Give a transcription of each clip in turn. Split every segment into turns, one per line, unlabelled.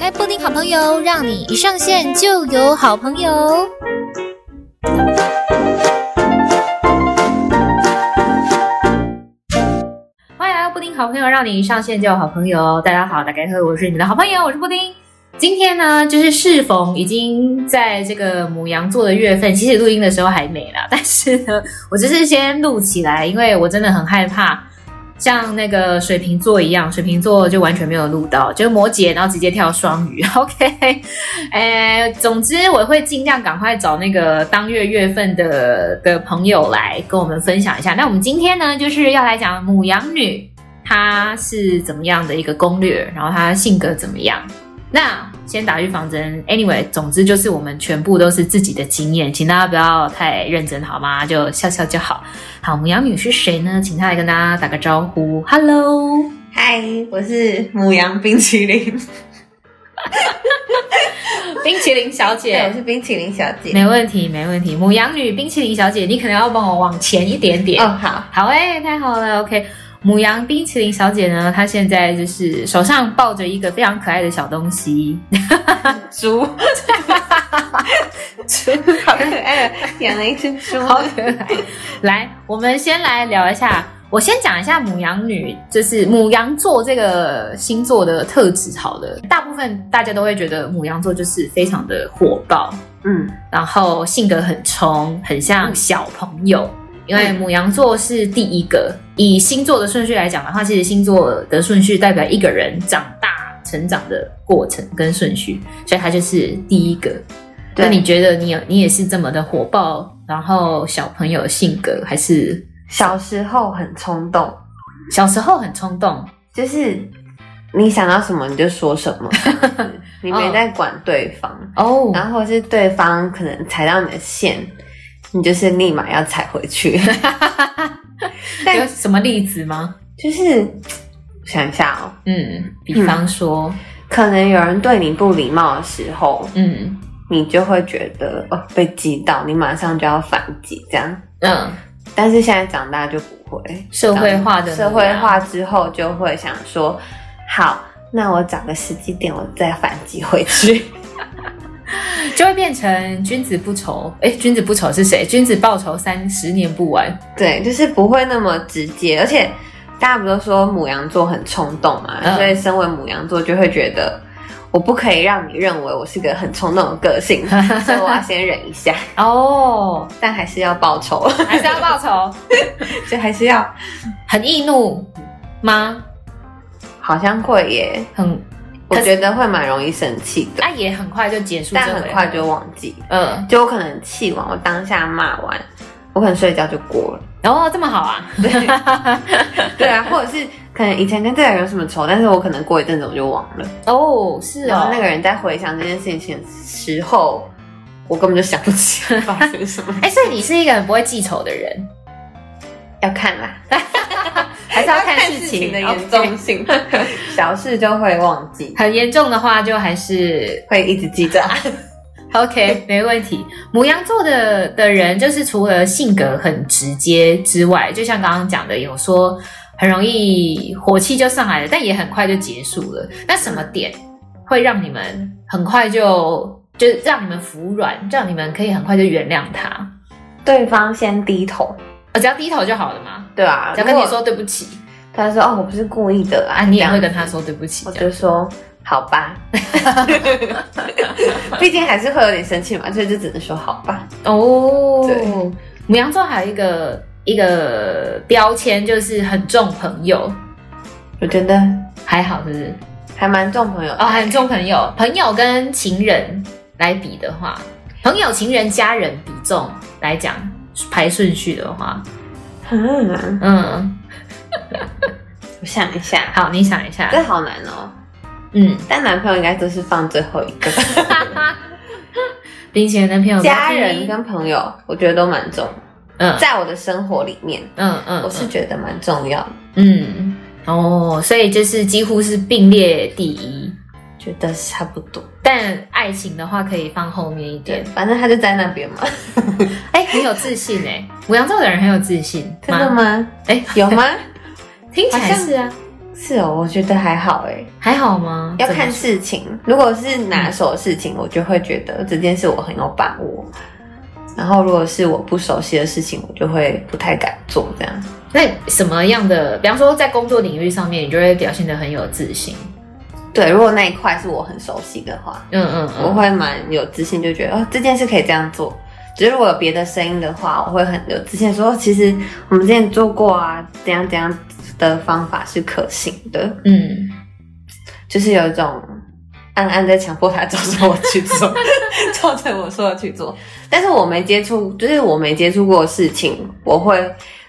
开布丁好朋友，让你一上线就有好朋友。哦欢迎来到布丁好朋友，让你一上线就有好朋友。大家好，大家好，我是你们的好朋友，我是布丁。今天呢，就是适逢已经在这个母羊座的月份，其实录音的时候还没啦，但是呢，我就是先录起来，因为我真的很害怕，像那个水瓶座一样，水瓶座就完全没有录到，就是摩羯，然后直接跳双鱼。OK，哎、总之我会尽量赶快找那个当月月份的的朋友来跟我们分享一下。那我们今天呢，就是要来讲母羊女她是怎么样的一个攻略，然后她性格怎么样。那先打预防针。Anyway，总之就是我们全部都是自己的经验，请大家不要太认真，好吗？就笑笑就好。好，母羊女是谁呢？请她来跟大家打个招呼。Hello，
嗨，我是母羊冰淇淋，
冰淇淋小
对，我
姐。
是冰淇淋小姐。
没问题，没问题。母羊女冰淇淋小姐，你可能要帮我往前一点点。
哦，好，
好哎、太好了，OK。母羊冰淇淋小姐呢，她现在就是手上抱着一个非常可爱的小东西，
猪，猪，好可爱哦，养了一只猪。
好可爱。 来，我们先来聊一下，我先讲一下母羊女，就是母羊座这个星座的特质。好了，大部分大家都会觉得母羊座就是非常的火爆，
嗯，
然后性格很冲，很像小朋友。因为
嗯
母羊座是第一个，以星座的顺序来讲的话，其实星座的顺序代表一个人长大成长的过程跟顺序，所以它就是第一个。那
对
你觉得你有你也是这么的火爆，然后小朋友性格，还是
小时候很冲动，
小时候很冲动？
就是你想到什么你就说什 么，这样子你没在管对方，
哦
然后或是对方可能踩到你的线，你就是立马要踩回 去。但
有什么例子吗？
就是我想一下哦，
嗯，比方说，
可能有人对你不礼貌的时候，
嗯
你就会觉得哦被击到，你马上就要反击这样。
嗯，
但是现在长大就不会，
社会化的
社
母
会
羊
化之后就会想说，好，那我找个时机点，我再反击回去。
就会变成君子不仇。哎，君子不仇是谁？君子报仇三十年不晚。
对，就是不会那么直接，而且大家不都说母羊座很冲动嘛，
嗯
所以身为母羊座就会觉得。我不可以让你认为我是个很冲动的个 性，所以我要先忍一下，
哦，
但还是要报仇，
还是要报仇，
就还是要，
很易怒吗？
好像会耶，
很，
我
可是
觉得会蛮容易生气的，
那、也很快就结束这回
但
合，
很快就忘记。
嗯，
就我可能气完，我当下骂完，我可能睡觉就过了。
然、后这么好啊？
对啊，或者是可能以前跟这个人有什么仇，但是我可能过一阵子我就忘了。
哦，是
然
哦
后，那个人在回想这件事情的时候，我根本就想不起来发生什么。
哎、所以你是一个很不会记仇的人，
要看啦，
还是要看事情
的严重
OK
性，小事就会忘记，
很严重的话，就还是
会一直记着。
OK，没问题。母羊座的的人，就是除了性格很直接之外，就像刚刚讲的，有说很容易火气就上来了，但也很快就结束了。那什么点会让你们很快就就让你们服软，让你们可以很快就原谅他？
对方先低头，
我只要低头就好了嘛，
对啊，
只要跟你
如果
说对不起
他说哦，我不是故意的
啊，
啦，
你也
这样
会跟他说对不起
我，
这样
就说好吧， 毕竟还是会有点生气嘛，所以就只能说好吧。
哦
对。
母羊座还有一个一个标签，就是很重朋友，
我觉得
还好是不是？
还蛮重朋友的
哦，很重朋友，朋友跟情人来比的话，朋友、情人、家人比重来讲排顺序的话，
嗯，
嗯，
我想一下，
好，你想一下，
这好难哦。
嗯，
但男朋友应该都是放最后一 个，
并且男朋友
家人跟朋友我觉得都蛮重，
嗯
在我的生活里面，
嗯嗯，
我是觉得蛮重要的，
嗯哦，所以就是几乎是并列第一，
觉得差不多。
但爱情的话可以放后面一
对，
点。
反正他就在那边嘛，
哎、很有自信哎、母羊座的人很有自信，
真的？吗？
哎、
有吗？
听起
好
来
像
是啊，
是哦，我觉得还好哎，
还好吗？
要
怎么
看事情。如果是拿手的事情，我就会觉得这件事我很有把握。然后如果是我不熟悉的事情，我就会不太敢做这样。
那什么样的，比方说在工作领域上面，你就会表现得很有自信。
对，如果那一块是我很熟悉的话，
嗯嗯
我
嗯，
会蛮有自信，就觉得哦这件事可以这样做。只是如果有别的声音的话，我会很有自信地说，哦其实我们之前做过啊，怎样怎样的方法是可行的，
嗯，
就是有一种暗暗在强迫他照着我去做， 照着我说的去做。但是我没接触，就是我没接触过的事情，我会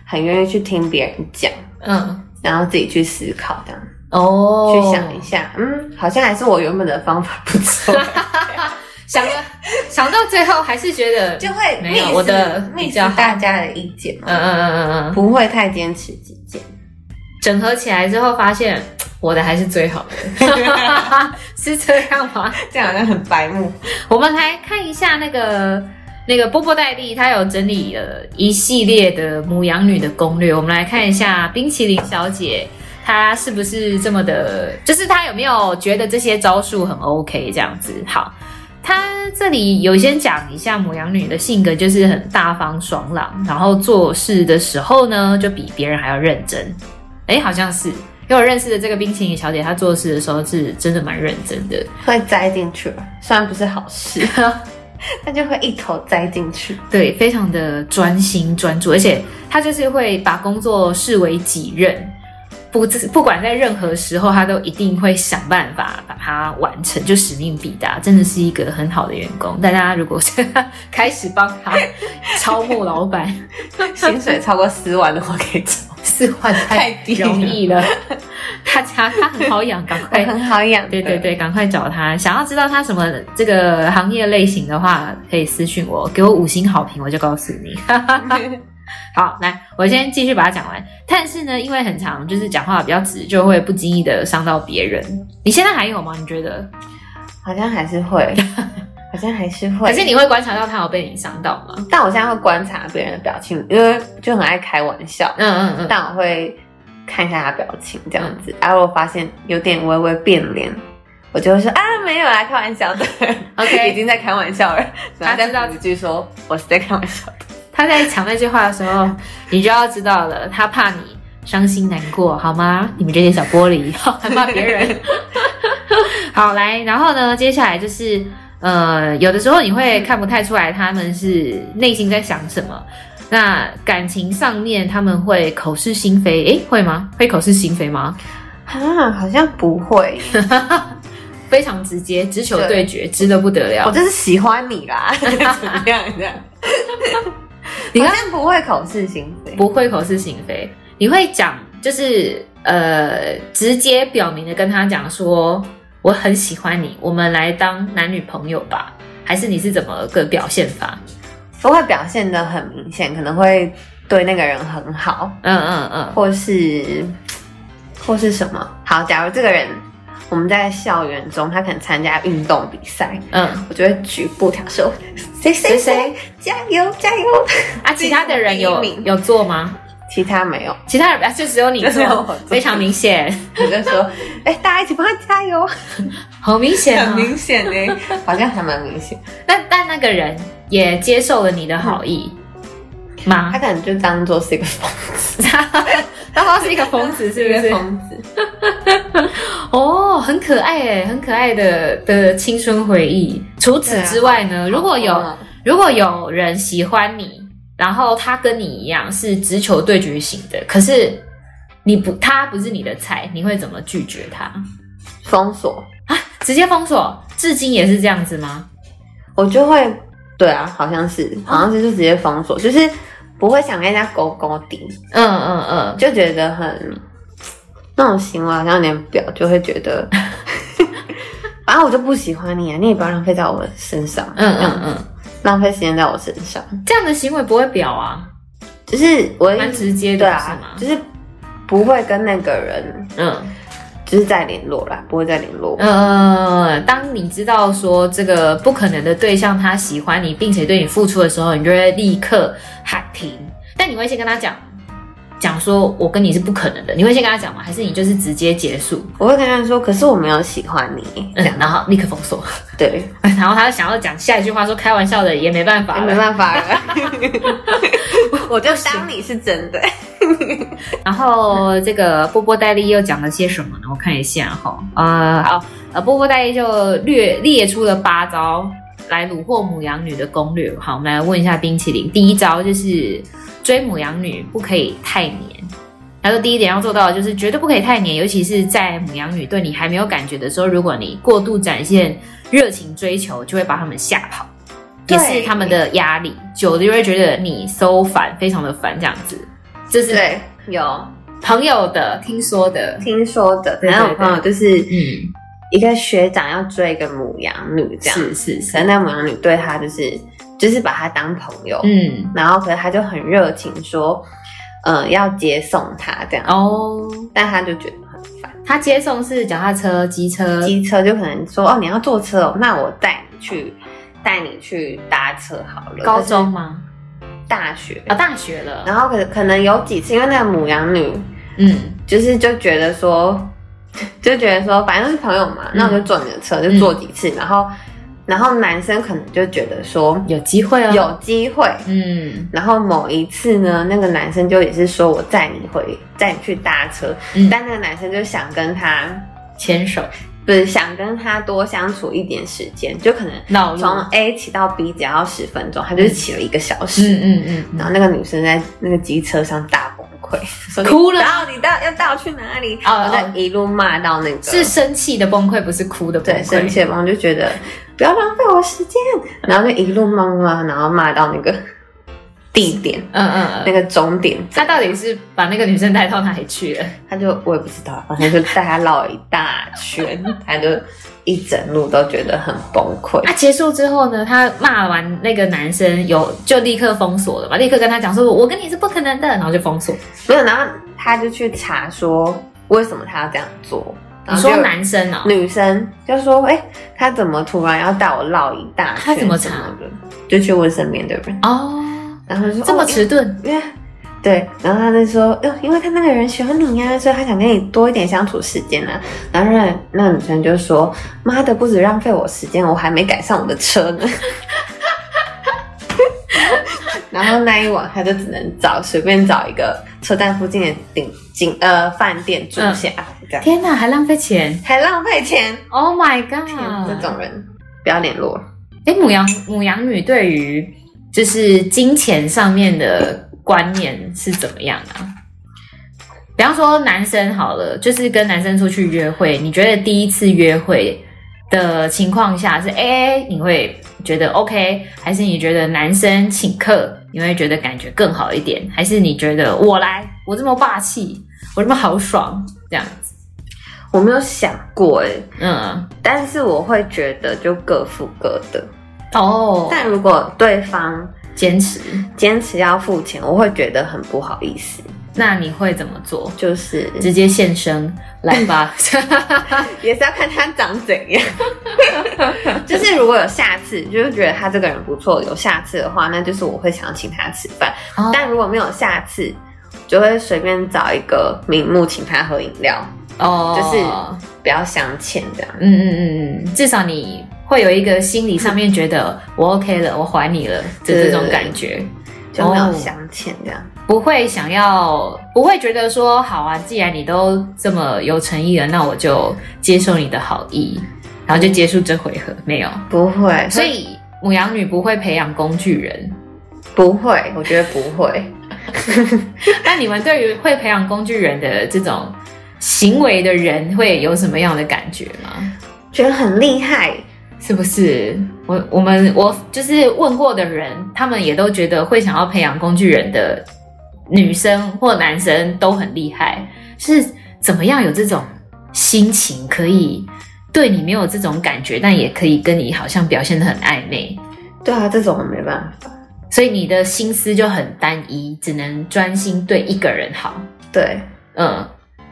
很愿意去听别人讲，
嗯，
然后自己去思考，这样、
哦，
去想一下，嗯，好像还是我原本的方法 不错。
想了想到最后，还是觉得，
就会
没有
mix-
我的比
mix
较好
大家的意见嘛，
嗯嗯嗯嗯嗯，
不会太坚持己见。
整合起来之后发现我的还是最 好的，是这样吗？
这样好像很白目。
我们来看一下那个那个波波戴利，他有整理了一系列的母羊女的攻略。我们来看一下冰淇淋小姐，她是不是这么的，就是她有没有觉得这些招数很 OK 这样子？好，她这里有先讲一下母羊女的性格，就是很大方爽朗，然后做事的时候呢，就比别人还要认真。哎，好像是。因为我认识的这个冰淇淋小姐，她做事的时候是真的蛮认真的。
会栽进去了，虽然不是好事， 但就会一头栽进去。
对，非常的专心专注，而且他就是会把工作视为己任，不不管在任何时候，他都一定会想办法把它完成，就使命必达，真的是一个很好的员工。大家如果是开始帮他超募老板
薪水超过四万的话可以走，
四万
太低了
容易了，大家 他很好养，赶快
很好养。
对对，对，赶快找他。想要知道他什么这个行业类型的话，可以私信我，给我五星好评，我就告诉你。好，来，我先继续把它讲完。但是呢，因为很长，就是讲话比较直，就会不经意的伤到别人。你现在还有吗？你觉得？
好像还是 会，好像还是会。
可是你会观察到他有被你伤到吗？
但我现在会观察别人的表情，因为就很爱开玩笑，
嗯嗯嗯。
但我会看一下他表情这样子。然后我发现有点微微变脸，我就会说啊，没有啦，开玩笑的。
OK
已经在开玩笑 了，然后
他知道
再补一句说我是在开玩笑的。
他在讲那句话的时 候，你就要知道了，他怕你伤心难过，好吗？你们这些小玻 璃，还骂别人。 好，来，然后呢，接下来就是，呃，有的时候你会看不太出来他们是内心在想什么。那感情上面他们会口是心非，诶，会吗？会口是心非吗？
啊，好像 不会，
非常直接，直球
对
对决，直的不得
我
了。
就是喜欢你啦， 怎么样这样？
你
好
看
像不会口是心非，
不会口是心非，你会讲就是呃，直接表明的跟他讲说我很喜欢你，我们来当男女朋友吧，还是你是怎么个表现法？
不会表现的很明显，可能会对那个人很好，
嗯嗯嗯，
或是或是什么？好，假如这个人我们在校园中，他可能参加运动比赛，
嗯
我就会举布条说谁谁谁加油加油，
啊，其他的人有
第一名
有做吗？
其他没有，
其他人啊就只有你
就只有
做
我，做
非常明显，
我就说 哎、大家一起帮他加油，
好明显啊！
显欸呢、好像还蛮明显，
那但那个人也接受了你的好意吗
他？可能就当做是一个疯子，
然后是一个疯子，是不
一个
是？
疯子。
哦，很可爱哎，很可爱的的青春回忆。除此之外呢，如果有、
嗯
如果有人喜欢你，然后他跟你一样是直球对决型的，可是你不他不是你的菜，你会怎么拒绝他？
封锁，
直接封锁，至今也是这样子吗？
我就会，对啊，好像是，好像是就直接封锁，就是不会想跟人家勾勾底，
嗯嗯嗯，
就觉得很那种行为好像有点表，就会觉得， 反正我就不喜欢你啊，你也不要浪费在我身上，
嗯
这样
嗯嗯，
浪费时间在我身上，
这样的行为不会表啊，
就是我
蛮直接的，
对
是
啊
吗，？
就是不会跟那个人
嗯。
就是再联络啦，不会再联络。
呃，当你知道说这个不可能的对象他喜欢你，并且对你付出的时候，你就会立刻喊停。但你会先跟他讲讲说我跟你是不可能的？你会先跟他讲吗？还是你就是直接结束？
我会跟他说，可是我没有喜欢你，这
嗯
样、，
然后立刻封锁，
对，哎
然后他想要讲下一句话说开玩笑的也没办法
也没
了，
办 法了，
我就
当你是真的。
然后这个波波戴利又讲了些什么呢？我看一下哈，呃，好，呃，波波戴利就略列出了八招来虏获母羊女的攻略。好，我们来问一下冰淇淋，第一招就是追母羊女不可以太黏。他说第一点要做到的就是绝对不可以太黏，尤其是在母羊女对你还没有感觉的时候，如果你过度展现热情追求，就会把他们吓跑。也
对
是他们的压力，久了就会觉得你 so 烦，非常的烦这样子。这是
对，有
朋友的、听说的，
听说的，
对对
然后我朋友就是
嗯，
一个学长要追一个母羊女这样，
是是是，
可是那母羊女对他就是就是把他当朋友，
嗯，
然后可是他就很热情说，嗯、要接送他这样，
哦，
但他就觉得很烦，
他接送是脚踏车、机车，
机车就可能说哦你要坐车哦，那我带你去带你去搭车好了，
高中吗？
大学
啊，大学了，
然后可可能有几次，因为那个母羊女
嗯，
就是就觉得说， 就觉得说反正是朋友
嗯
嘛，那我就坐你的车，就坐几次，然后然后男生可能就觉得说
有机会哦，，
有机会。
嗯
然后某一次呢，那个男生就也是说我载你回，载你去搭车，
嗯，
但那个男生就想跟他，
牵手
不是想跟他多相处一点时间，就可能
闹路，
从 A 骑到 B 只要十分钟，他就骑了一个小时，
嗯嗯嗯
然
嗯，
后那个女生在那个机车上大崩溃，说你
哭了
到底到要到去哪里？
哦
然后再一路骂到那个
是生气的崩溃，不是哭的崩
对
溃，
生气的方就觉得不要浪费我时间，然后就一路骂骂，然后骂到那个地点。
嗯嗯
那
嗯。
个终点，
他到底是把那个女生带到哪里去了？
他就我也不知道，反正就带他绕了一大 圈，他就一整路都觉得很崩溃。
啊，结束之后呢，他骂完那个男生有就立刻封锁了嘛，立刻跟他讲说，我跟你是不可能的，然后就封锁。
没有，然后他就去查说为什么他要这样做。然
你
后就
说
有
男生哦、
女生就说：“哎、他怎么突然要带我绕一大圈？
他怎么查
什的？就去问身边的人，
哦，
然后就说
这么迟
迟，
钝，
因为对，然后他就说：‘哟、因为他那个人喜欢你呀、啊所以他想跟你多一点相处时间啊。’然后那那女生就说：‘妈的，不止浪费我时间，我还没赶上我的车呢。’然后那一晚，他就只能找随便找一个车站附近的顶景呃饭店住下，这样
天哪，还浪费钱
还浪费钱。
！Oh my
这
god！
种人不要联络。
哎，母羊母羊女对于就是金钱上面的观念是怎么样啊？比方说男生好了，就是跟男生出去约会，你觉得第一次约会的情况下是 A A，你会觉得 OK，还是你觉得男生请客，你会觉得感觉更好一点，还是你觉得我来，我这么霸气，我这么豪爽这样子？
我没有想过哎、
嗯，
但是我会觉得就各付各的。
哦，
但如果对方
坚持，
坚持要付钱，我会觉得很不好意思。
那你会怎么做？
就是
直接现身来 吧，
也是要看他长怎样。 就是如果有下次，就是觉得他这个人不错，有下次的话，那就是我会想请他吃饭。
哦
但如果没有下次，就会随便找一个名目请他喝饮料，
哦
就是不要相欠这样。
嗯嗯嗯嗯，至少你会有一个心理上面觉得我 OK 了，我还你了的
对
这种感觉，
就没
哦
有相欠这样。
不会想要，不会觉得说好啊，既然你都这么有诚意了，那我就接受你的好意，然后就结束这回合，没有，
不会，
所以母羊女不会培养工具人。
不会，我觉得不会。
那你们对于会培养工具人的这种行为的人，会有什么样的感觉吗？
觉得很厉害，
是不是？我我们我就是问过的人，他们也都觉得会想要培养工具人的女生或男生都很厉害，是怎么样有这种心情可以？对你没有这种感觉，但也可以跟你好像表现得很暧昧，
对啊，这种我没办法。
所以你的心思就很单一，只能专心对一个人好。
对，
嗯，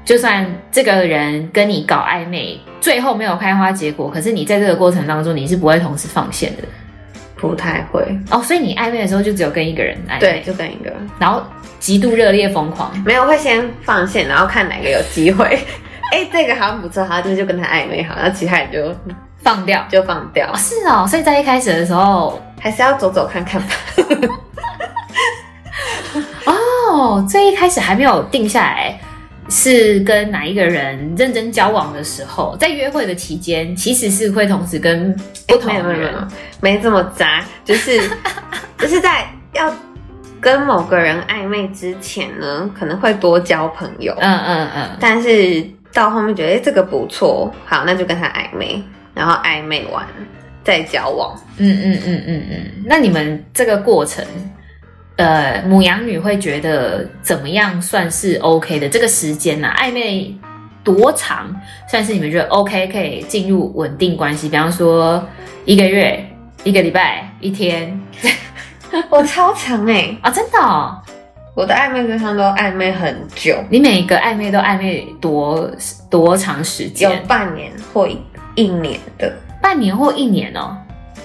就算这个人跟你搞暧昧，最后没有开花结果，可是你在这个过程当中，你是不会同时放线的。
不太会，
哦，所以你暧昧的时候就只有跟一个人暧昧，
对，，就跟一个
然后极度热烈疯狂，
没有会先放线，然后看哪个有机会。 哎、这个好像不错，好，这就跟他暧昧好，然后其他人就
放掉。
就放掉
哦，，是哦，所以在一开始的时候，
还是要走走看 看吧。
哦，最一开始还没有定下来是跟哪一个人认真交往的时候，在约会的期间，其实是会同时跟不同
哎没有没
的
有没
人。
有，没这么渣，就是 就是在要跟某个人暧昧之前呢，可能会多交朋友，
嗯嗯嗯，
但是到后面觉得、哎诶这个不错，好，那就跟他暧昧，然后暧昧完再交 往。
嗯嗯嗯嗯嗯，那你们这个过程，呃，母羊女会觉得怎么样算是 OK 的？这个时间呐、暧昧多长算是你们觉得 OK 可以进入稳定关系？比方说一个月、一个礼拜、一天
我超长哎、
啊、真的、哦，
我的暧昧对象都暧昧很久，
你每个暧昧都暧昧多多长时
有
间？
半年或一一年的。
半年或一年哦，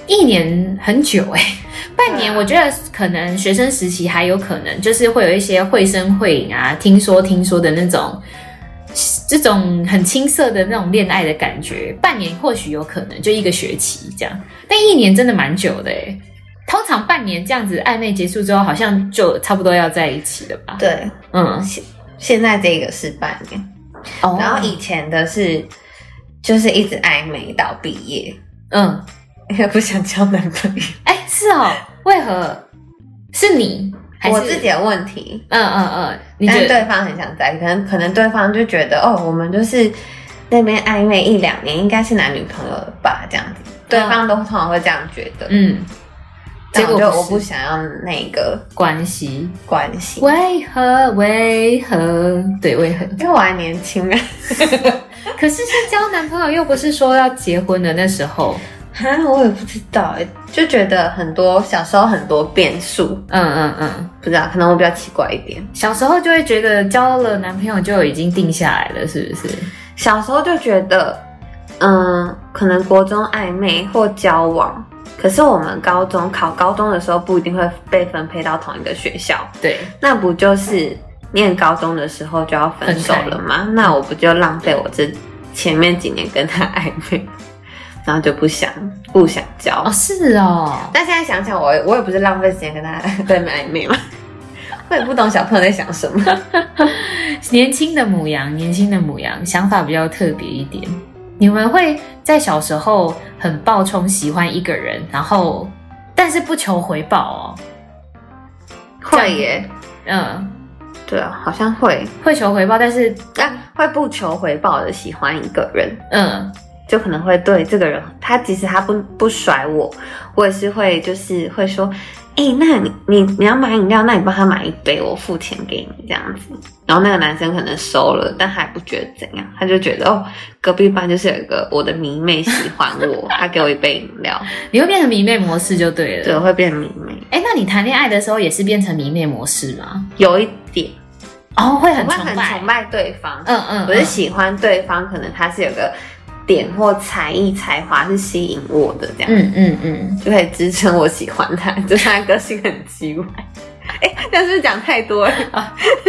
一年很久哎、 半年
对啊
我觉得可能学生时期还有可能，就是会有一些绘声绘影啊，听说听说的那种，这种很青涩的那种恋爱的感觉。半年或许有可能，就一个学期这样，但一年真的蛮久的哎、通常半年这样子暧昧结束之后，好像就差不多要在一起了吧？
对，
嗯，
现在这个是半年，
哦
然后以前的是就是一直暧昧到毕业。
嗯，
因为不想交男朋友，
哎、是哦，为何是你还是
我自己？的问题。
嗯嗯嗯，你
但
觉得？
对方很想在一起，可能可能对方就觉得哦，我们就是那边暧昧一两年，应该是男女朋友了吧，这样子。对方都通常会这样觉得，
嗯，
但
结
我
果
就
不
我不
是
想要那个
关系，
关系，
为何？为何？对，为何？
因为我还年轻啊。
可是是交男朋友，又不是说要结婚的那时候。
哈，我也不知道哎，就觉得很多小时候很多变数，
嗯嗯嗯，
不知道，可能我比较奇怪一点。
小时候就会觉得交了男朋友就已经定下来了，是不是？
小时候就觉得，嗯，可能国中暧昧或交往，可是我们高中考高中的时候不一定会被分配到同一个学校，
对，
那不就是念高中的时候就要分手了吗？那我不就浪费我这前面几年跟他暧昧， 然后就不想不想交
哦，。是哦，
但现在想想我，我也不是浪费时间跟他 在暧昧嘛，我也不懂小朋友在想什么。
年轻的母羊，年轻的母羊想法比较特别一点。你们会在小时候很暴冲喜欢一个人，然后但是不求回报哦，
会耶，
嗯，
对啊，好像会。
会求回报，但是
啊，会不求回报的喜欢一个人，
嗯
就可能会对这个人，他即使他不不甩我，我也是会就是会说，哎、那你你你要买饮料，那你帮他买一杯，我付钱给你这样子。然后那个男生可能收了，但他也不觉得怎样，他就觉得哦，隔壁班就是有一个我的迷妹喜欢我，他给我一杯饮料，
你会变成迷妹模式就对了。
对，我会变迷妹，
哎，那你谈恋爱的时候也是变成迷妹模式吗？
有一点
哦，会
我
很
会
崇
很
拜，
崇拜对方，
嗯嗯，
我是喜欢对方，可能他是有个点或才艺、才华是吸引我的，这样、
嗯嗯嗯，
就可以支撑我喜欢他。 就是他个性很奇怪， 哎、但是讲太多了，
嗯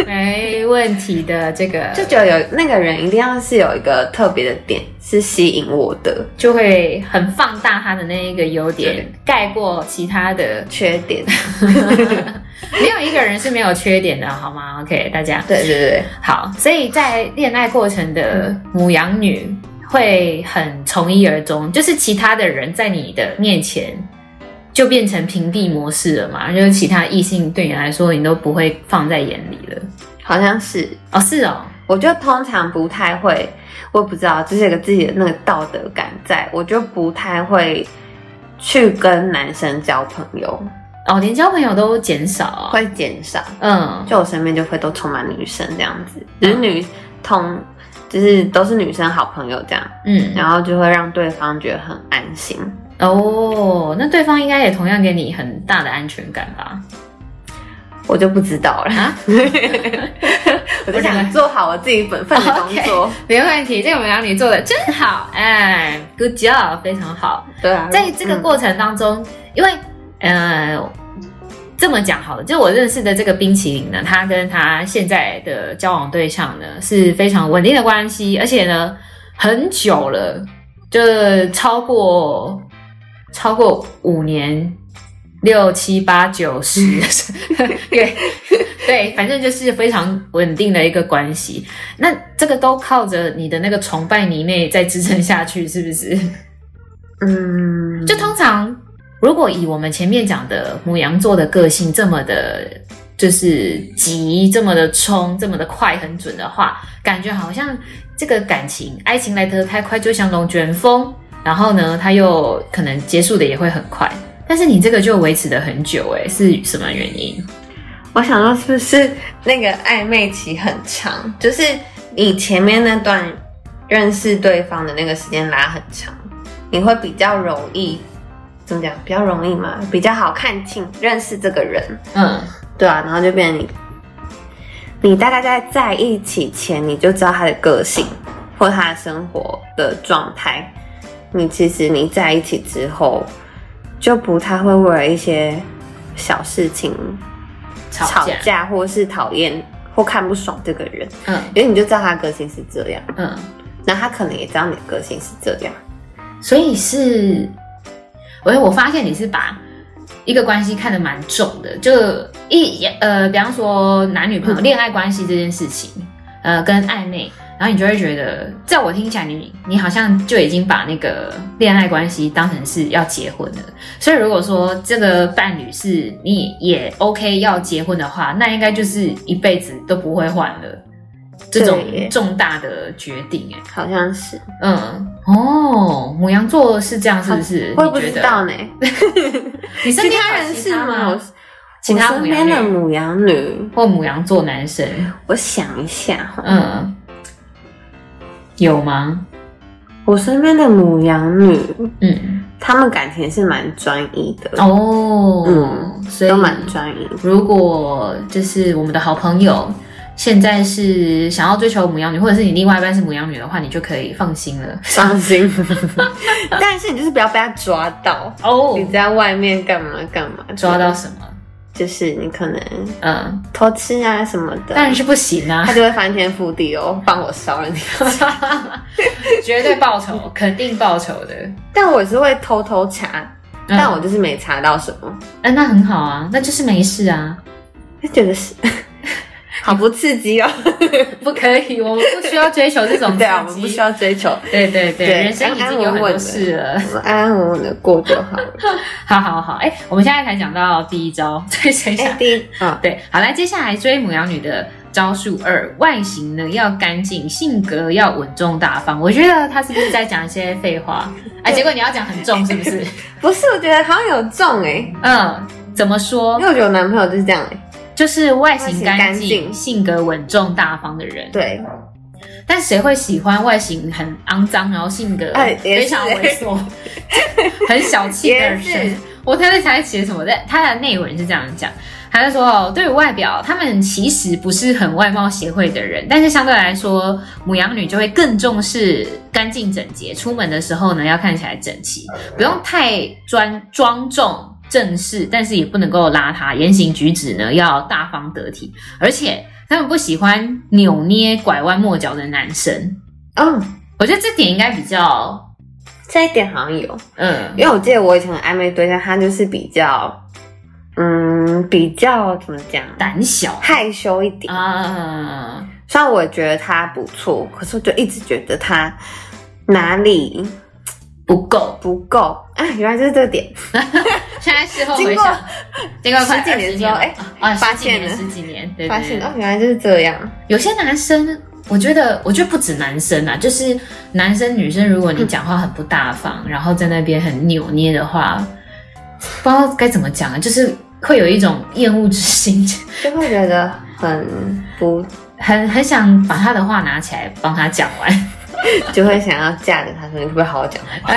没问题的，这个
哦就觉得有那个人一定要是有一个特别的点是吸引我的
就会很放大他的那一个优点
对，
盖过其他的。
缺 点。
没有一个人是没有缺点的，好吗？OK，大家
对对对，
好，所以在恋爱过程的母羊女会很从一而终，就是其他的人在你的面前就变成屏蔽模式了嘛，就是其他异性对你来说你都不会放在眼里了。
好像是。
哦，是哦，
我就通常不太会，我也不知道，就是有个自己的那个道德感在，我就不太会去跟男生交朋友，
哦，连交朋友都减少、哦，
会减少。
嗯，
就我身边就会都充满女生这样子，就是女同，就是都是女生好朋友这样，
嗯，
然后就会让对方觉得很安心。
哦，那对方应该也同样给你很大的安全感吧？
我就不知道了，
啊
我就想做好我自己本分的工 作。
没问题，这个母羊女做的真好，哎，good job，非常好。
对啊，
在这个
嗯
过程当中，因为呃，这么讲好了，就我认识的这个冰淇淋呢，他跟他现在的交往对象呢是非常稳定的关系，而且呢很久了，就是超过超过五年。六七八九十，对对，反正就是非常稳定的一个关系。那这个都靠着你的那个崇拜迷妹在支撑下去，是不是？
嗯，
就通常，如果以我们前面讲的母羊座的个性这么的，就是急、这么的冲、这么的快、很准的话，感觉好像这个感情、爱情来得太快，就像龙卷风。然后呢，它又可能结束的也会很快。但是你这个就维持的很久、欸，哎，是什么原因？
我想说是不是那个暧昧期很长，就是你前面那段认识对方的那个时间拉很长，你会比较容易怎么讲？比较容易嘛，比较好看清认识这个人，
嗯，
对啊，然后就变成你，你大概在在一起前你就知道他的个性或他的生活的状态，你其实你在一起之后就不太会为了一些小事情
吵
吵
架，
架，或是讨厌或看不爽这个人，
嗯
因为你就知道他的个性是这样，
嗯。
那他可能也知道你的个性是这样。
所以是，我我发现你是把一个关系看得蛮重的，就一呃，比方说男女朋友
嗯
恋爱关系这件事情，呃，跟暧昧，然后你就会觉得，在我听起来你，你好像就已经把那个恋爱关系当成是要结婚了。所以如果说这个伴侣是你也 OK 要结婚的话，那应该就是一辈子都不会换了。这种
对耶
重大的决定，哎，
好像是，
嗯，哦，母羊座是这样，是不是？
我也
你
不
觉
知
得
道呢。
你身
其
边
他
还有
人
其
是
他
吗？我
吗？其他
我身
母羊
边的
女
母羊女，
或母羊座男生，
我想一下哈，
嗯，有吗？
我身边的母羊女，
嗯，
他们感情是蛮专一的，
哦，
嗯
所以
都蛮专一的。
如果就是我们的好朋友现在是想要追求母羊女，或者是你另外一半是母羊女的话，你就可以放心了。
放心，但是你就是不要被他抓到。
哦
你在外面干嘛干嘛？
抓到什么？
就是你可能
嗯，
偷吃啊什么的，
当然是不行 啊
他，就会翻天覆地哦，放火烧了你。
绝对报仇，肯定报仇的。
但我是会偷偷查，
嗯
但我就是没查到什么，
哎、那很好啊，那就是没事啊，
就觉 得是好不刺激哦。
不可以，我们不需要追求这 种
对啊，我们不需要追 求，
对对对，
对
人生已经有很多事了。
我们安安稳稳的过就 好了。
好好好，哎、我们现在才讲到第一招，再想一
哎、
下。
第一，嗯，
对，好来，接下来追母羊女的招数二，外形呢要干净，性格要稳重大方。我觉得他是不是在讲一些废话？ 哎、结果你要讲很重，是不是？
不是，我觉得好像有中哎、
嗯，怎么说
因？为我觉得我男朋友就是这样哎、
就是外形干
外形干
净、
净
性格稳重大方的人。
对，
但谁会喜欢外形很肮脏，然后性格
哎也
非
是
常猥 琐、很小气的人
也是？
我太太才写什么的，他的内文是这样讲，他就说哦，对于外表，他们其实不是很外貌协会的人，但是相对来说，母羊女就会更重视干净整洁，出门的时候呢要看起来整齐，不用太专庄重。正式，但是也不能够邋遢，言行举止呢要大方得体，而且他们不喜欢扭捏、拐弯抹角的男生。
嗯，
我觉得这点应该比较，
这一点好像有，
嗯
因为我记得我以前的暧昧对象，他就是比较，嗯，比较怎么讲，
胆小
害羞一点。
啊，
虽然我觉得他不错，可是我就一直觉得他哪里
不够。
不够啊，原来就是这个点。
现在事后回想，经过快
十几年
20
之后
了
哎
啊，
发
十几年
现了
十几年，对
发
对
现哦
对，，
原来就是这样。
有些男生。我觉得，我觉得不止男生啊，就是男生女生，如果你讲话很不大方，然后在那边很扭捏的话，不知道该怎么讲啊，就是会有一种厌恶之心，
就会觉得很不，
很很想把他的话拿起来帮他讲完。
就会想要嫁给他，说你可不可以好好讲话？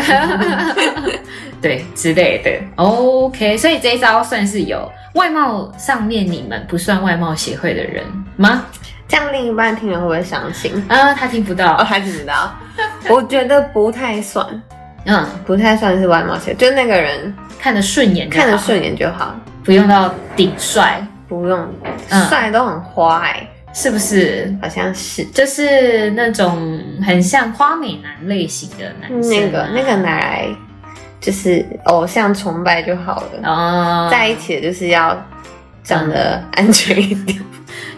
对之类的。OK，所以这一招算是有外貌上面你们不算外貌协会的人吗？
这样另一半听了会不会伤心？哦
啊，他听不到
哦，。还听不到，我觉得不太算，
嗯，
不太算是外貌协会，就那个人
看得顺眼就好，
看得顺眼就好，
不用到顶帅，
不用
嗯
帅都很花哎、
是不是？
好像是
就是那种很像花美男类型的男生、啊
那个嗯那个拿来就是偶像崇拜就好了，
哦，
在一起就是要长得安全一点，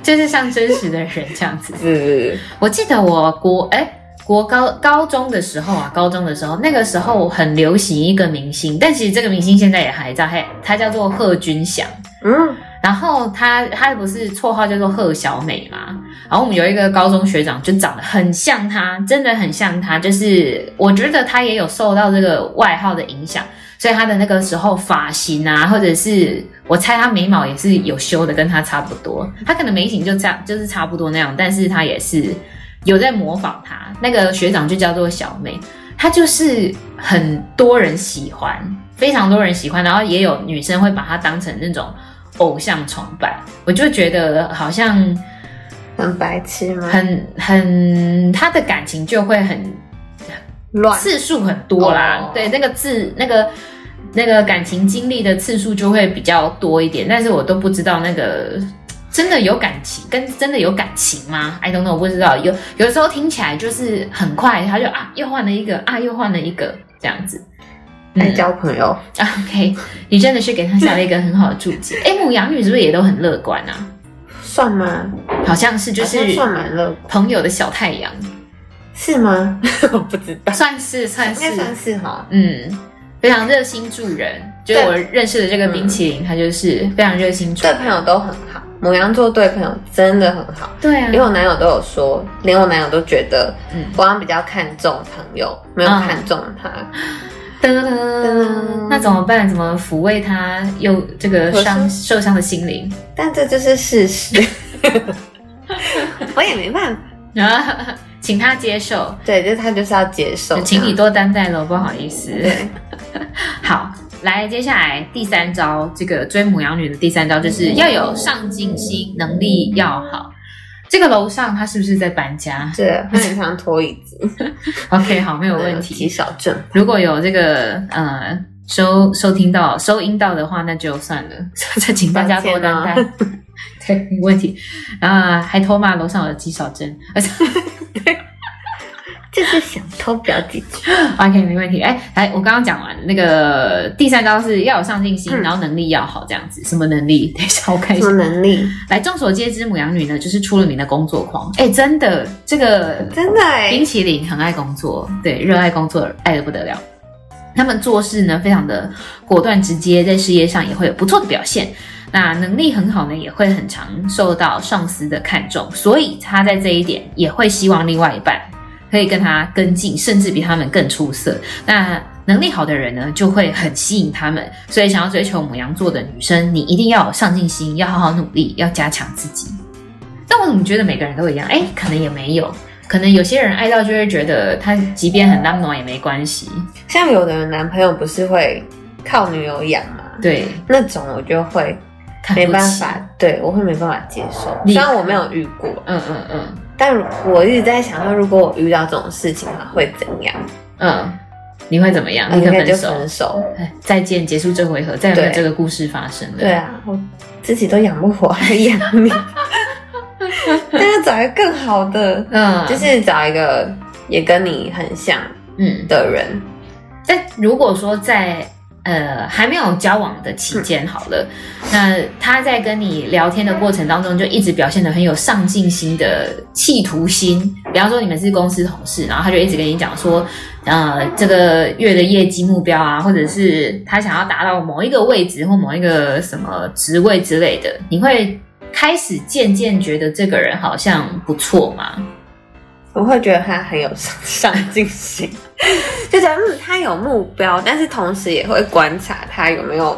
就是像真实的人这样子。
是
我记得我国哎、国高高中的时候啊，高中的时候，那个时候很流行一个明星，但其实这个明星现在也还在，嘿他叫做贺军翔。
嗯
然后他他不是绰号叫做贺小美嘛？然后我们有一个高中学长就长得很像他，真的很像他，就是我觉得他也有受到这个外号的影响，所以他的那个时候发型啊，或者是我猜他眉毛也是有修的，跟他差不多。他可能眉形就这样，就是差不多那样，但是他也是有在模仿他。那个学长就叫做小美，她就是很多人喜欢，非常多人喜欢，然后也有女生会把她当成那种偶像崇拜。我就觉得好像
很白痴吗？
很很，她的感情就会很
乱，
次数很多啦，
哦
对，那个字那个。那个感情经历的次数就会比较多一点，但是我都不知道那个真的有感情，跟真的有感情吗？I don't know，我不知道。有有的时候听起来就是很快，他就啊又换了一个啊又换了一个这样子。
爱交朋友。
啊 OK，你真的是给他下了一个很好的注解。哎，母羊女是不是也都很乐观啊？
算吗？
好像是，就
好像
是
算蛮乐观，
朋友的小太阳，
嗯是吗？ 我不知道，
算是算
应该
是
算是哈。
嗯，非常热心助人。就是
对嗯
我认识的这个冰淇淋，他就是非常热心助
对
人。
朋友都很好，母羊座对朋友真的很好，
对啊
连，我男友都有说，连我男友都觉得
嗯
我好像比较看重朋友，没有看重他，
噔噔噔，那怎么办？怎么抚慰他又这个
我
伤受伤的心灵？
但这就是事实， 我也没办法。
然后请他接受，
对，就是他就是要接受，
请你多担待了，不好意思。
这样
好，来，接下来第三招，这个追母羊女的第三招就是要有上进心，能力要好。这个楼上他是不是在搬家
对，对，他很常拖椅子，
？OK，好，
呃
没有问题。
提小症，
如果有这个呃收收听到收音到的话，那就算了， 再请大家多担待。 对，没问题。啊，还偷骂楼上有肌少症，而且
就是想偷表几句。
OK 没问题。哎，来，我刚刚讲完那个第三招是要有上进心，
嗯
然后能力要好，这样子。什么能力？ 等一下我看一
什
下
么。能力？
来，众所皆知，母羊女呢就是出了名的工作狂。哎，真的，这个
真的哎、
冰淇淋很爱工作，对，热爱工作，爱得不得了。他们做事呢非常的果断直接，在事业上也会有不错的表现。那能力很好呢，也会很常受到上司的看重，所以他在这一点也会希望另外一半可以跟他跟进，甚至比他们更出色。那能力好的人呢，就会很吸引他们。所以，想要追求母羊座的女生，你一定要有上进心，要好好努力，要加强自己。但我怎么觉得每个人都一样？哎，可能也没有，可能有些人爱到就会觉得他即便很浪漫也没关系。
像有的人男朋友不是会靠女友养嘛，
对，
那种我就会
看不
没
起
办。法，对我会没办法接受。
你
虽然我没有遇过，
嗯嗯嗯
但我一直在想说，如果我遇到这种事情的话，会怎样？
嗯，你会怎么样？
我
你
应
跟
该嗯就
分手？
分手。
哎再见，结束这回合，再也没有
对
这个故事发生了。
对啊，我自己都养不活，还养 你，那要找一个更好的，
嗯，
就是找一个也跟你很像
嗯，
的人。
但如果说在呃还没有交往的期间好了，那他在跟你聊天的过程当中，就一直表现得很有上进心的企图心。比方说你们是公司同事，然后他就一直跟你讲说，呃，这个月的业绩目标啊，或者是他想要达到某一个位置或某一个什么职位之类的，你会开始渐渐觉得这个人好像不错吗？
我会觉得他很有上上进心， 就觉得嗯，他有目标，但是同时也会观察他有没有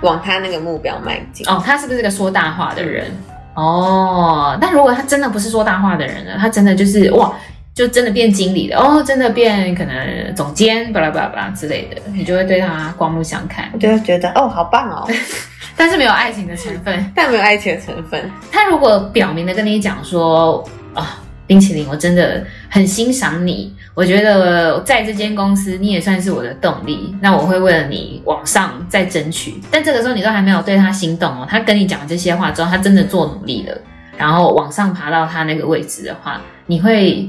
往他那个目标迈进。
哦，他是不是个说大话的人？哦，那如果他真的不是说大话的人呢？他真的就是哇，就真的变经理了，哦，真的变可能总监，巴拉巴拉巴拉之类的，你就会对他刮目相看
我，就会觉得哦，好棒哦，
但是没有爱情的成分。
但没有爱情的成 分。
他如果表明的跟你讲说啊、冰淇淋，我真的很欣赏你，我觉得在这间公司，你也算是我的动力。那我会为了你往上再争取。但这个时候你都还没有对他心动哦，他跟你讲这些话之后，他真的做努力了，然后往上爬到他那个位置的话，你会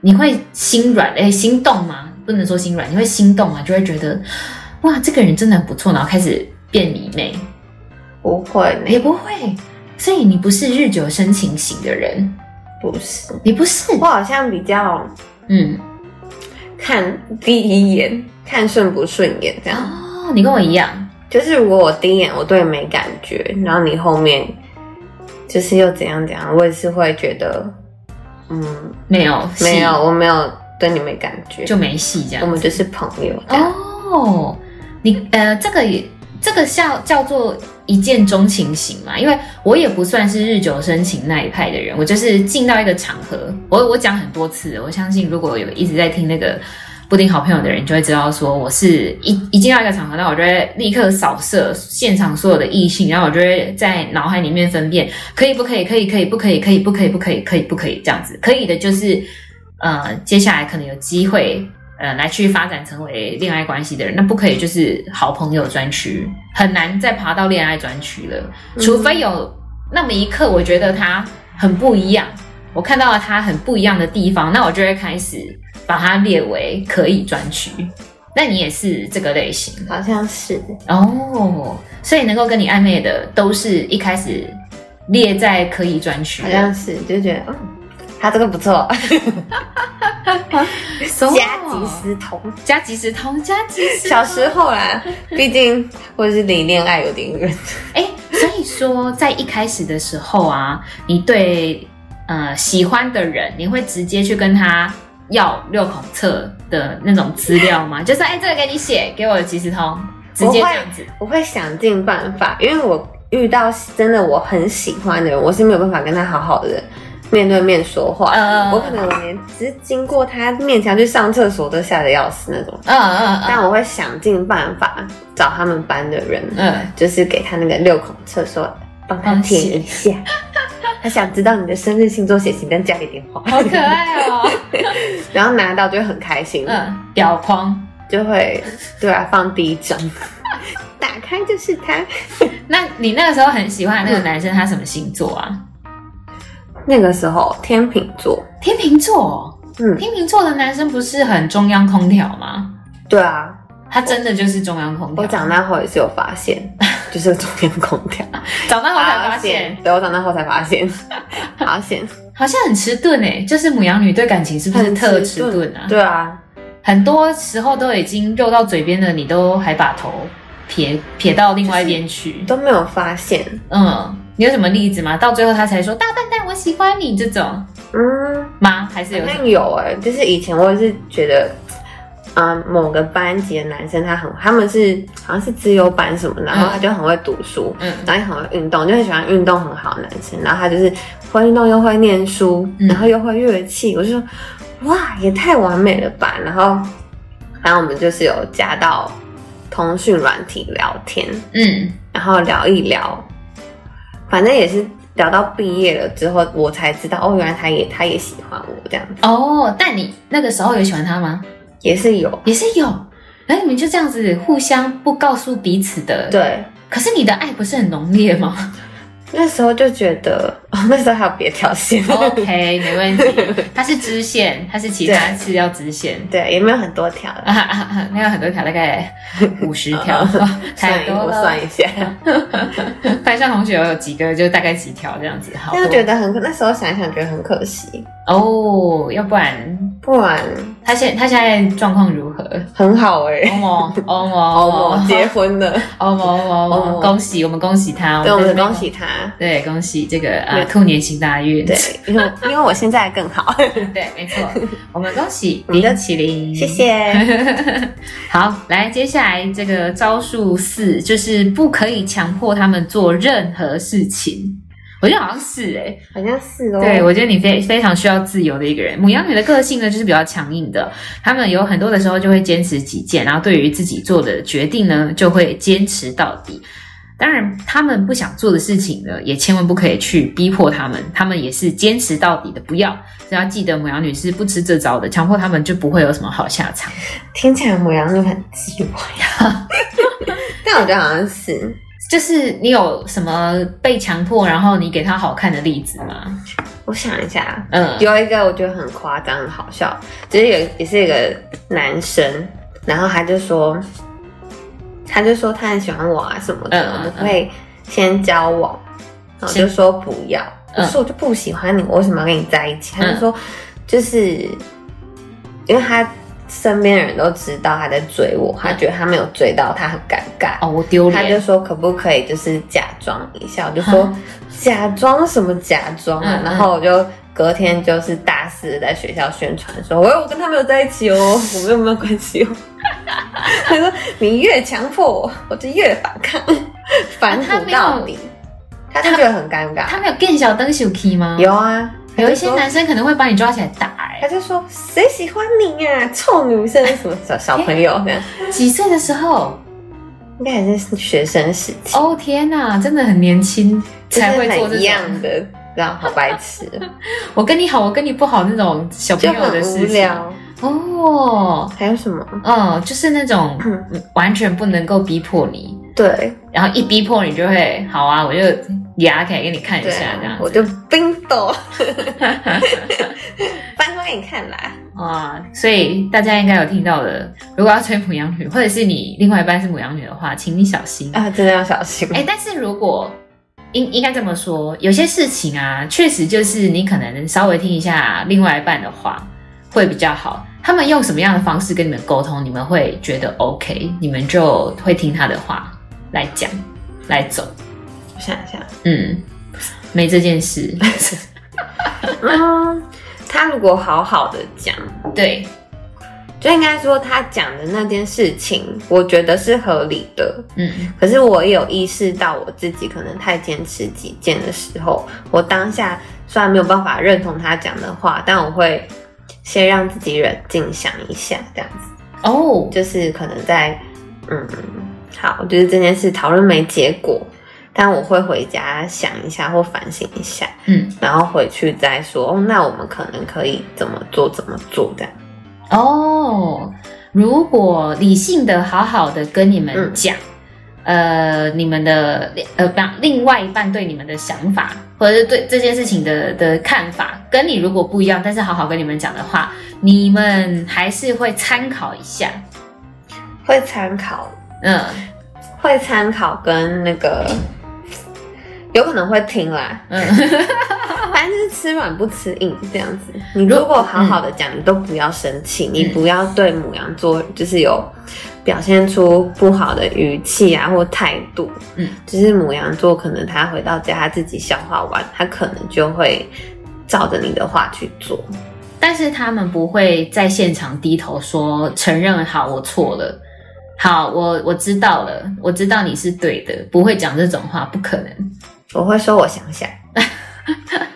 你会心软哎，心动吗？不能说心软，你会心动啊，就会觉得哇，这个人真的很不错，然后开始变迷妹，
不会，
也不会。所以你不是日久生情型的人，
不是，
你不是，
我好像比较
嗯，
看第一眼，看顺不顺眼这样。
哦，你跟我一样，
就是如果我第一眼我对没感觉，然后你后面就是又怎样怎样，我也是会觉得，嗯，
没有戏
没有，我没有对你没感觉，
就没戏这样
我
子。
们就是朋友这样。
哦，你呃，这个也这个叫叫做一见钟情型嘛，因为我也不算是日久生情那一派的人，我就是进到一个场合，我我讲很多次了，我相信如果有一直在听那个。布丁好朋友的人就会知道，说我是一一进到一个场合，那我就会立刻扫射现场所有的异性，然后我就会在脑海里面分辨可以不可以，可以可以不可以，可以不可以不可以，可以不可以这样子。可以的就是，呃，接下来可能有机会，呃，来去发展成为恋爱关系的人。那不可以就是好朋友专区，很难再爬到恋爱专区了，
嗯
除非有那么一刻，我觉得他很不一样，我看到了他很不一样的地方，那我就会开始把它列为可以专区。那你也是这个类型
好像是，
哦，所以能够跟你暧昧的都是一开始列在可以专区的，
好像是，就觉得，嗯，他这个不错，
哦
加吉斯通。
加吉斯通加吉斯通
小时候啦，毕竟我是离恋爱有点远。
哎，所以说在一开始的时候啊，你对呃喜欢的人，你会直接去跟他要六孔册的那种资料吗？就是哎，这个给你写，给我即时通，直接
我会
这样子。
我会想尽办法，因为我遇到真的我很喜欢的人，我是没有办法跟他好好的面对面说话。
嗯
我可能我连只是经过他面前去上厕所都吓得要死那种。
嗯嗯嗯
但我会想尽办法找他们班的人，
嗯，
就是给他那个六孔厕所，帮他填一下。
嗯
他想知道你的生日、星座、血型跟家里电话，
好可爱哦。
然后拿到就会很开心。
嗯，表框。
就会对啊，放第一张， 打开就是他。
那你那个时候很喜欢的那个男生，他什么星座啊？
那个时候天秤座，
天秤座。
嗯
天秤座的男生不是很中央空调吗？
对啊，
他真的就是中央空调。
我长大后也是有 发现，就是中央空调。
长大后才发
好
现
险，对我长大后才发 现，好险。
好像很迟钝哎，就是母羊女对感情是不是特迟钝啊？
对啊，
很多时候都已经肉到嘴边了，你都还把头撇撇到另外一边去。
都没有发现。
嗯，你有什么例子吗？到最后他才说大笨蛋，我喜欢你这种
嗯，
吗？还是有
好
什么？
像有哎、就是以前我也是觉得。嗯，某个班级的男生他很，他们是好像是资优班什么，然后他就很会读书，
嗯
然后也很会运动，就很喜欢运动很好的男生。然后他就是会运动又会念书，
嗯
然后又会乐器。我就说，哇，也太完美了吧！然后，然后我们就是有加到通讯软体聊天，
嗯，
然后聊一聊，反正也是聊到毕业了之后，我才知道哦，原来他也他也喜欢我这样子，
哦，但你那个时候有喜欢他吗？
也是有
也是有。然后你们就这样子互相不告诉彼此的，。
对。
可是你的爱不是很浓烈吗
那时候就觉得，哦，那时候还有别条线，
哦？OK，没问题。它是支线，它是其他是要支线。
对，也没有很多条了，
啊啊啊！那有很多条，大概五十 条， 太
算一
多
嗯我
了。
算一下。
班上同学有几个，就大概几条这样子。好多，
但是觉得很，那时候想一想觉得很可惜，
哦，要不然
不然
他现他现在状况如 何？
很好哎、
欧某欧某
哦，我结婚了，
欧某欧某欧
欧
某，
某
哦恭喜我们恭喜他，
对，我
在
们
这边
恭喜他。
对恭喜这个呃
对
兔年行大运。
对，因为因为我现在更 好，
对，没错，我们恭喜
我们的
冰淇淋，
谢。谢。
好，来，接下来这个招数四就是不可以强迫他们做任何事情。我觉得好像是哎、
好像是哦，
对，我觉得你非非常需要自由的一个人。母羊女的个性呢，就是比较强硬的，他们有很多的时候就会坚持己见，然后对于自己做的决定呢，就会坚持到底。当然，他们不想做的事情呢，也千万不可以去逼迫他们，他们也是坚持到底的，不要。只要记得母羊女是不吃这招的，强迫他们就不会有什么好下场。
听起来母羊就很鸡 歪呀，但我觉得好像是
就是你有什么被强迫，然后你给他好看的例子吗？
我想一下，
嗯，
有一个我觉得很夸张、很好笑，就是有也是一个男生，然后他就说，他就说他很喜欢我啊什么的，
嗯嗯
我们会先交往，然后我就说不要，
嗯
我说我就不喜欢你，我为什么要跟你在一起？
嗯
他就说，就是因为他身边的人都知道他在追我，他觉得他没有追到，他很尴尬。
哦，我丢
他就
脸，
说可不可以就是假装一下，我就说
嗯
假装什么假装啊
嗯，嗯
然后我就隔天就是大肆地在学校宣传说，喂，我跟他没有在一 起哦，我们有没有关系哦？ 他说你越强迫我，我就越反抗，反
啊他
骨
没有
到底，他就觉得很尴尬。
他没有更小灯小 key 吗？
有啊，他就
有一些
说
男生可能会把你抓起来打、哎
他就说谁喜欢你呀、臭女生什么 小小朋友这样，
哎，几岁的时候？
应该也是学生时期。
哦天哪，真的很年轻
就是
才会做
很
这
一样
种。
的，然后好白痴哦，
我跟你好，我跟你不好那种小朋
就
友的
很无
事情。
聊。
哦，
还有什么？
嗯，就是那种
嗯
完全不能够逼迫你，
对
然后一逼迫你就会好啊，我就牙起来给你看一
对
下
啊
这样，
我
子。
就冰 斗，翻出来给你看啦。
啊，所以大家应该有听到的，如果要吹母羊女，或者是你另外一半是母羊女的话，请你小心。
啊，真的要小心。
哎、但是如果应应该这么说，有些事情啊，确实就是你可能稍微听一下另外一半的话会比较好。他们用什么样的方式跟你们沟通，你们会觉得 OK，你们就会听他的话来讲来走。
我想一下，
嗯，没这件事。
嗯，他如果好好的讲，
对，
就应该说他讲的那件事情，我觉得是合理的。
嗯
可是我也有意识到我自己可能太坚持己见的时候，我当下虽然没有办法认同他讲的话，但我会先让自己冷静想一下，这样子。
哦，
就是可能在嗯，好，就是这件事讨论没结果，但我会回家想一下或反省一下，
嗯
然后回去再说。哦，那我们可能可以怎么做怎么做这样。
哦，如果理性的好好的跟你们
嗯
讲。呃，你们的呃，不，另外一半对你们的想法，或者是对这件事情的的看法，跟你如果不一样，但是好好跟你们讲的话，你们还是会参考一下。
会参考，
嗯，
会参考跟那个有可能会听啦，
嗯，
反正就是吃软不吃硬这样子。你如果好好的讲，你都不要生气，你不要对母羊座就是有表现出不好的语气啊或态度。
嗯，
就是母羊座可能他回到家他自己消化完，他可能就会照着你的话去做。
但是他们不会在现场低头说承认好我错了，好我我知道了，我知道你是对的，不会讲这种话，不可能。
我会说，我想想。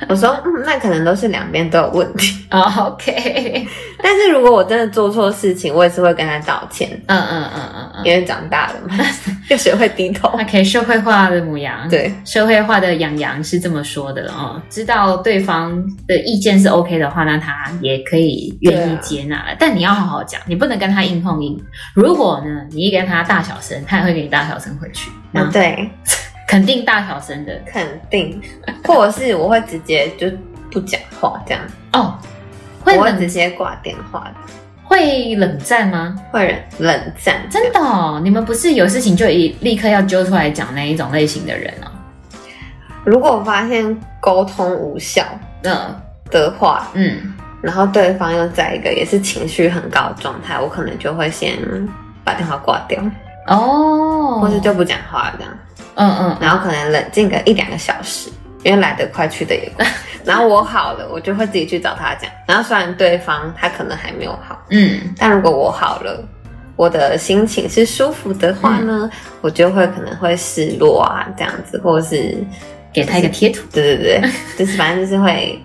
我说，嗯，那可能都是两边都有问题。
哦，OK，
但是如果我真的做错事情，我也是会跟他道歉，
嗯嗯嗯嗯嗯，
因为长大了嘛， 又学会低头。
OK，社会化的母羊，，
哦对，
社会化的养羊是这么说的哦，知道对方的意见是 OK 的话，那他也可以愿意接纳了。
啊
但你要好好讲，你不能跟他硬碰硬。如果呢，你一跟他大小声，他也会给你大小声回去，
嗯，
那
对。
肯定大小声的
肯定，或者是我会直接就不讲话这样，
哦。会
我会直
冷
接挂电话，
会冷战吗？
会冷冷战。
真的哦，你们不是有事情就一立刻要揪出来讲那一种类型的人哦。
如果我发现沟通无效
嗯
的话，
嗯，
然后对方又在一个也是情绪很高的状态，我可能就会先把电话挂掉，
哦，
或是就不讲话这样，
嗯嗯
然后可能冷静个一两个小时。因为来得快去得也 快，然后我好了，我就会自己去找他讲。然后虽然对方他可能还没有好，
嗯，
但如果我好了，我的心情是舒服的话呢，
嗯
我就会可能会失落啊，这样子，或者是
给他一个贴图。
对对对，就是反正就是会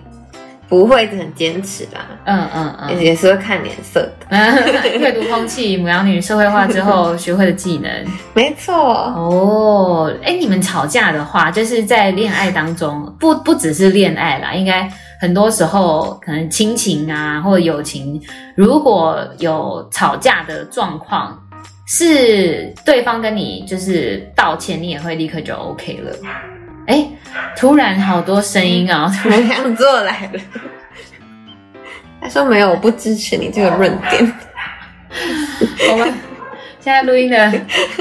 不会很坚持啦，
嗯嗯
也
嗯
也是会看脸色的。
嗯， 阅读空气，母羊女社会化之后学会的技能。
没错，
哦，哎，你们吵架的话，就是在恋爱当中，不不只是恋爱啦，应该很多时候可能亲情啊或者友情，如果有吵架的状况，是对方跟你就是道歉，你也会立刻就 OK 了。哎，突然好多声音 啊！突然
没想做来了。他说没有，我不支持你这个论
哦
点。
我们现在录音的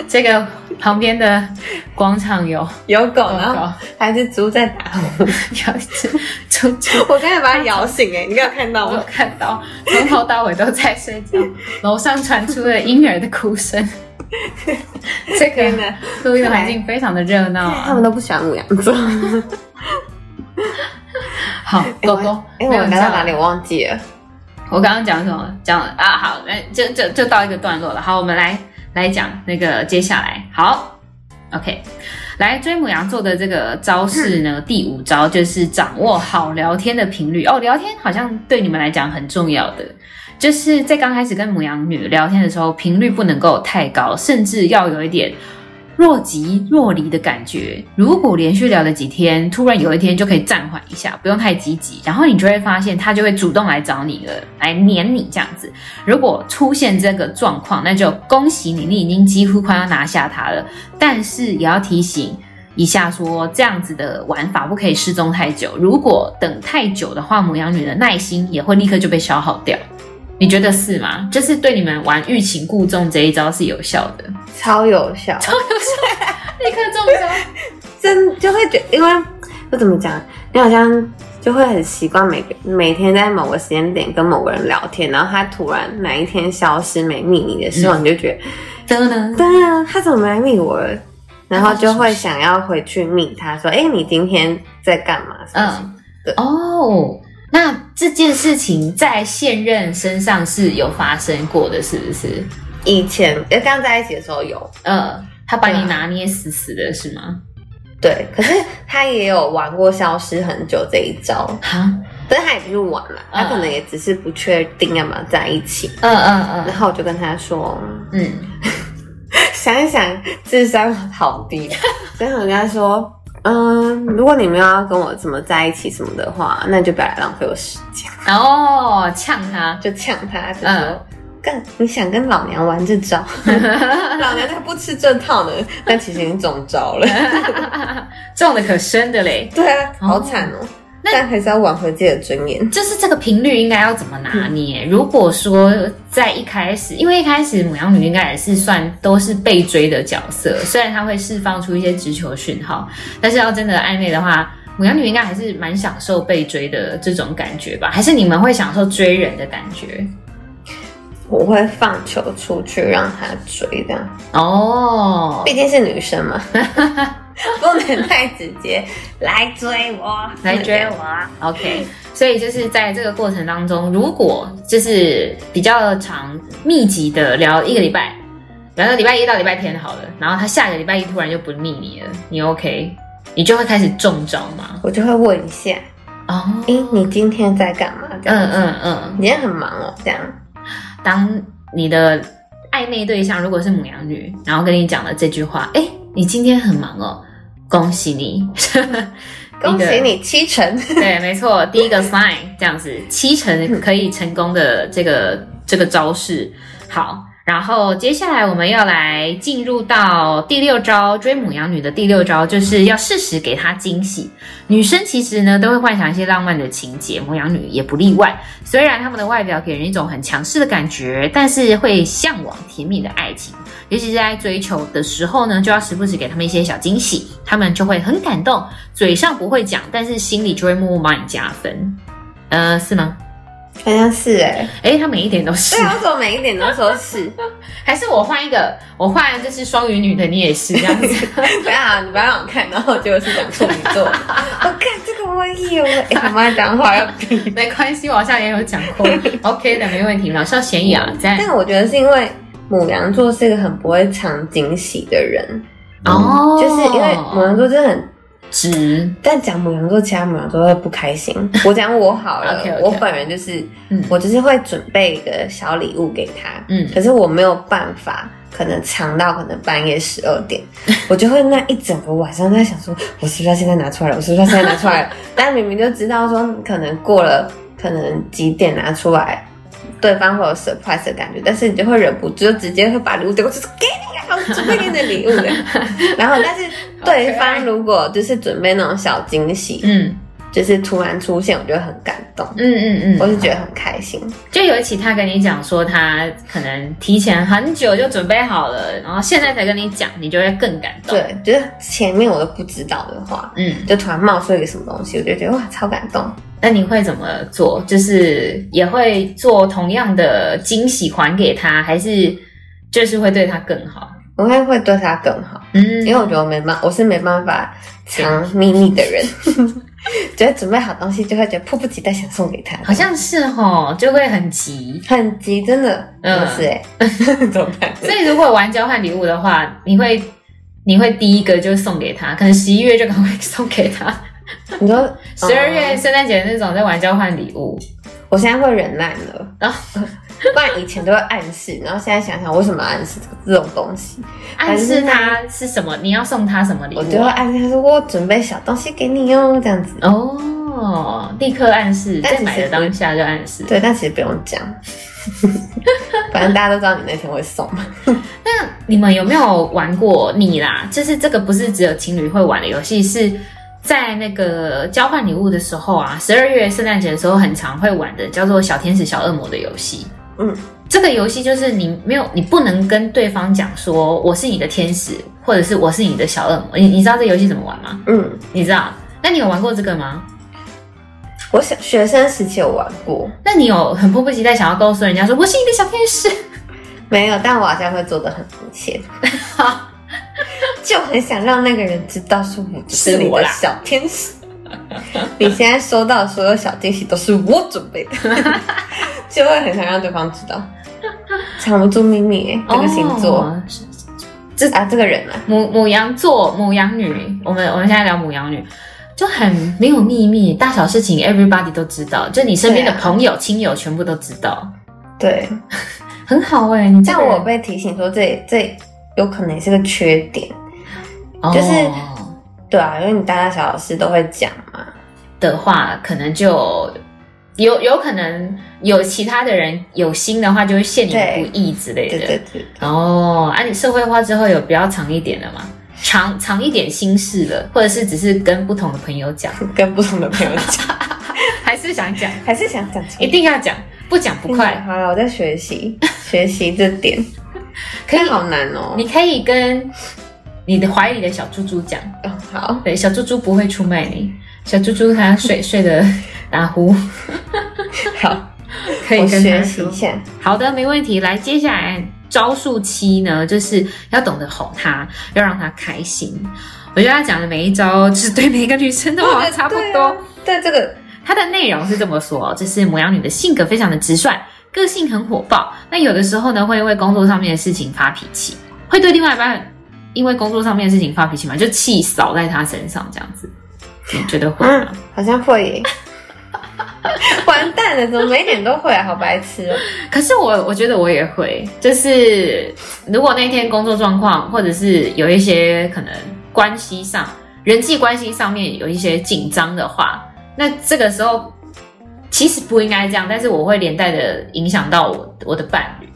这个旁边的广场有
有狗，
广
哦然后
告，
还是猪在 打我，
有一只猪猪
我刚才把它摇醒哎、你没有看到
我有
吗？
看到从头到尾都在睡觉，楼上传出了婴儿的哭声。这
天
个
哪，
录音的环境非常的热闹
他
啊！
们都不喜欢母羊 座。
好，狗狗，
哎、
没
我
有
刚
人知
到
道
哪里？我忘记了。
我刚刚讲什么？讲啊，好，那就就就到一个段落了。好，我们来来讲那个接下来。好，OK，来追母羊座的这个招式呢，第五招就是掌握好聊天的频率哦。聊天好像对你们来讲很重要的，就是在刚开始跟母羊女聊天的时候，频率不能够太高，甚至要有一点。若即若离的感觉，如果连续聊了几天，突然有一天就可以暂缓一下，不用太积极，然后你就会发现他就会主动来找你了，来黏你这样子。如果出现这个状况，那就恭喜你，你已经几乎快要拿下他了。但是也要提醒一下说，这样子的玩法不可以失踪太久。如果等太久的话，母羊女的耐心也会立刻就被消耗掉。你觉得是吗？就是对你们玩欲擒故纵这一招是有效的，
超有效，
立刻中招。
真就会觉因为我怎么讲，你好像就会很习惯每个每天在某个时间点跟某个人聊天，然后他突然哪一天消失没密你的时候，你就觉得，
的呢？
对啊，他怎么没密我了？然后就
他发
会想要回去密他说，哎、你今天在干嘛？嗯，
嗯，哦，那这件事情在现任身上是有发生过的，是不是？
以前呃刚在一起的时候有，
呃，他把
对
你
啊
拿捏死死的是吗？
对，可是他也有玩过消失很久这一招，
哈，
但是他也不是玩了，
嗯
他可能也只是不确定要不要在一起。
嗯嗯
然后我就跟他说，
嗯嗯，
想一想，智商好 低。所以我跟他说，嗯，如果你们要跟我怎么在一起什么的话，那就不要来浪费我时间。
然后哦呛他，
就呛他，就
嗯
说，干、你想跟老娘玩这 招？老娘才不吃这套呢。但其实已经中招 了。
中的可深的嘞。
对啊，好惨哦。
那
但还是要挽回自己的尊严。
就是这个频率应该要怎么拿捏？如果说在一开始，因为一开始母羊女应该也是算都是被追的角色，虽然她会释放出一些直球讯号，但是要真的暧昧的话，母羊女应该还是蛮享受被追的这种感觉吧？还是你们会享受追人的感觉？
我会放球出去让他追，这样，
哦，
毕竟是女 生嘛，不能太直接，来追我，
来追我啊，OK。所以就是在这个过程当中，如果就是比较长密集的聊一个礼拜，聊到礼拜一到礼拜天好了，然后他下个礼拜一突然就不腻你了，你 OK，你就会开始中招吗？
我就会问一下，
哦，
诶，你今天在干嘛？这样，
嗯嗯嗯，
你今天很忙哦，这样，
当你的暧昧对象如果是母羊女，然后跟你讲了这句话，哎，你今天很忙哦，恭喜你，
恭
的
喜你七成，
对，没错，第一个 sign 这样子，七成可以成功的这个这个招式。好，然后接下来我们要来进入到第六招追母羊女的第六招，就是要适时给她惊喜。女生其实呢都会幻想一些浪漫的情节，母羊女也不例外。虽然她们的外表给人一种很强势的感觉，但是会向往甜蜜的爱情。尤其是在追求的时候呢，就要时不时给他们一些小惊喜，他们就会很感动，嘴上不会讲，但是心里就会默默帮你加分。呃，是吗？
好像是哎，
诶，他每一点都是
对，，啊，我怎么每一点都说是？
还是我换一个，我换就是双鱼女的，你也是这样 子。
不要啊，你不要让我看，然后结果是讲处女 座，我看这个我也有，哎，我妈讲话要 比
没关系，我好像也有讲过，OK 的，没问题。老少咸宜啊，在
但我觉得是因为母羊座是一个很不会藏惊喜的人，
哦，
就是因为母羊座真的很
值，
但讲母羊座，其他母羊座会不开心。 我讲我好了
OK，OK
我本人就是，
嗯
我就是会准备一个小礼物给他，
嗯
可是我没有办法，可能藏到可能半夜十二点， 我就会那一整个晚上在想说，我是不是要现在拿出来了？我是不是要现在拿出来了？ 但明明就知道说，可能过了可能几点拿出来，对方会有 surprise 的感觉，但是你就会忍不住，就直接会把礼物丢过去，说给你啊，我准备给你的礼物了。然后，但是对方如果就是准备那种小惊喜，
嗯
就是突然出现，我就会很感动，
嗯嗯
我
嗯，
是觉得很开心。
就尤其他跟你讲说他可能提前很久就准备好了，然后现在才跟你讲，你就会更感动。，
对，就是前面我都不知道的话，
嗯，
就突然冒出一个什么东西，我就觉得哇，超感动。
那你会怎么做？就是也会做同样的惊喜还给他，还是就是会对他更好？
我会会对他更好，
嗯，
因为我觉得我没办，我是没办法藏秘密的人， 觉得准备好东西就会觉得迫不及待想送给他，
好像是哦，就会很急。
很急，真的，
嗯
嗯，是哎、 怎么办？
所以如果玩交换礼物的话，你会你会第一个就送给他，可能十一月就赶快送给他，
你说
十二月
嗯
圣诞节那种在玩交换礼物，
我现在会忍耐了，
然
然后 不然以前都会暗示，然后现在想想为什么要暗示这种东西，
暗示他是什么，你要送他什么礼
我就
物
会
啊、
暗示他说我准备小东西给你哦，这样子。
哦，立刻暗示，
但
在
其实
买的当下就暗示。
对，但其实不用讲， 反正大家都知道你那天会送嘛。
那你们有没有玩过你啦？就是这个不是只有情侣会玩的游戏，是在那个交换礼物的时候啊，十二月圣诞节的时候很常会玩的，叫做小天使小恶魔的游戏。
嗯，
这个游戏就是你没有，你不能跟对方讲说我是你的天使，或者是我是你的小恶魔。你你知道这游戏怎么玩吗？
嗯，
你知道？那你有玩过这个吗？
我小学生时期有玩过，
那你有很迫不及待想要告诉人家说我是你的小天使？
没有，但我好像会做的很明显， 就很想让那个人知道是我就是
是
你
我
的
啦
小天使。你现在收到的所有小惊喜都是我准 备的，就会很想让对方知道，藏不住秘密耶、这个星座、
哦
啊，这个人啊，
母母羊座、母羊女，我们我们现在聊母羊女，就很没有秘密，大小事情 everybody 都知道，就你身边的
对啊
朋友、亲友全部都知道，
对，
很好哎、你这
但
个人
我被提醒说这这有可能也是个缺点，就是
哦
对啊，因为你大大小小事都会讲嘛，
的话，可能就有有可能有其他的人有心的话，就会陷你
对
不义之类
对
的。
对对，
哦，啊，你社会化之后有比较长一点了吗？长长一点心事了，或者是只是跟不同的朋友讲，
跟不同的朋友 讲，
还是想讲，
还是想讲出
一定要讲，不讲不快。
哎好了，我在 学习学习这点，
可以
但好难哦。
你可以跟你的怀里的小猪猪讲，
嗯好，
对，小猪猪不会出卖你，小猪猪它睡睡得打呼，
好，
可以
我
跟它
学习
说
一。下。
好的，没问题。来，接下来招数七呢，就是要懂得哄他，要让他开心。我觉得他讲的每一招，就是对每一个女生都好像差不
对
多
啊。但这个
它的内容是这么说哦，就是母羊女的性格非常的直率，个性很火爆，那有的时候呢会因为工作上面的事情发脾气，会对另外一半因为工作上面的事情发脾气嘛，就气扫在他身上这样子，你觉得会吗？
嗯，好像会 耶。完蛋了，怎么每一点都会啊？好白痴哦！
可是我我觉得我也会，就是如果那天工作状况或者是有一些可能关系上人际关系上面有一些紧张的话，那这个时候其实不应该这样，但是我会连带的影响到我我的伴侣。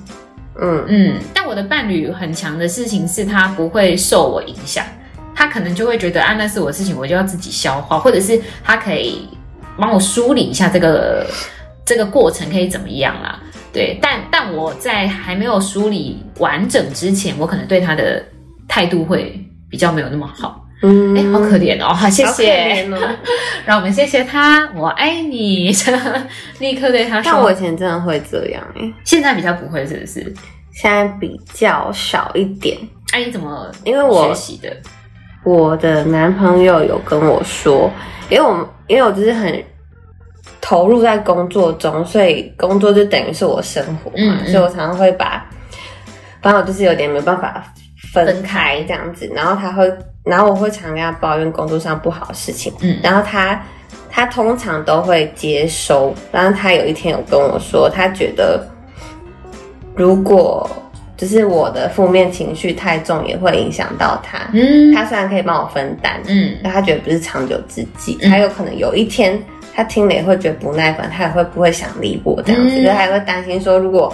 嗯，
嗯，但我的伴侣很强的事情是他不会受我影响，他可能就会觉得啊那是我的事情，我就要自己消化，或者是他可以帮我梳理一下这个这个过程可以怎么样啦。对，但但我在还没有梳理完整之前，我可能对他的态度会比较没有那么好。
嗯
哎、好可怜哦，好谢
好可
谢，
怜哦。
让我们谢谢他，我爱你，立刻对他
但我
说
以。前真的会这样哎，
现在比较不会，是不是？
现在比较少一点。
哎、你怎么
因为我
学习的？
我的男朋友有跟我说，因为我们因为我就是很投入在工作中，所以工作就等于是我生活嘛，
嗯嗯
所以我常常会把，反正我就是有点没办法分开这样子，然后他会，然后我会常跟他抱怨工作上不好的事情，
嗯
然后他他通常都会接收，然后他有一天有跟我说，他觉得如果就是我的负面情绪太重，也会影响到他，
嗯
他虽然可以帮我分担，
嗯
但他觉得不是长久之计，
嗯
他有可能有一天他听了也会觉得不耐烦，他也会不会想理我这样子，
嗯
就他也会担心说，如果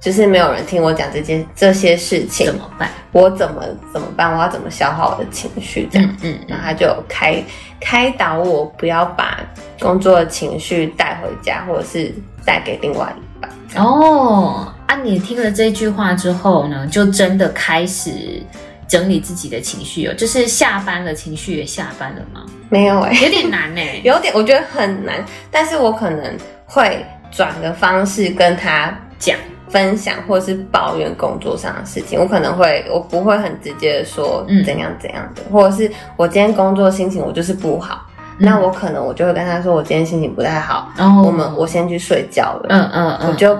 就是没有人听我讲这件这些事情
怎，么办？
我怎么怎么办？我要怎么消化我的情绪这样？
嗯嗯
然后他就有开开导我，不要把工作的情绪带回家，或者是带给另外一半。
嗯哦啊！你听了这句话之后呢，就真的开始整理自己的情绪哦，就是下班了，情绪也下班了 吗？
没有哎、
有点难呢、
有点我觉得很难，但是我可能会转个方式跟他
讲
分享，或是抱怨工作上的事情。我可能会，我不会很直接的说
嗯
怎样怎样的，或者是我今天工作心情我就是不好，
嗯
那我可能我就会跟他说我今天心情不太好，
然后
我们我先去睡觉了。
哦嗯嗯嗯，
我就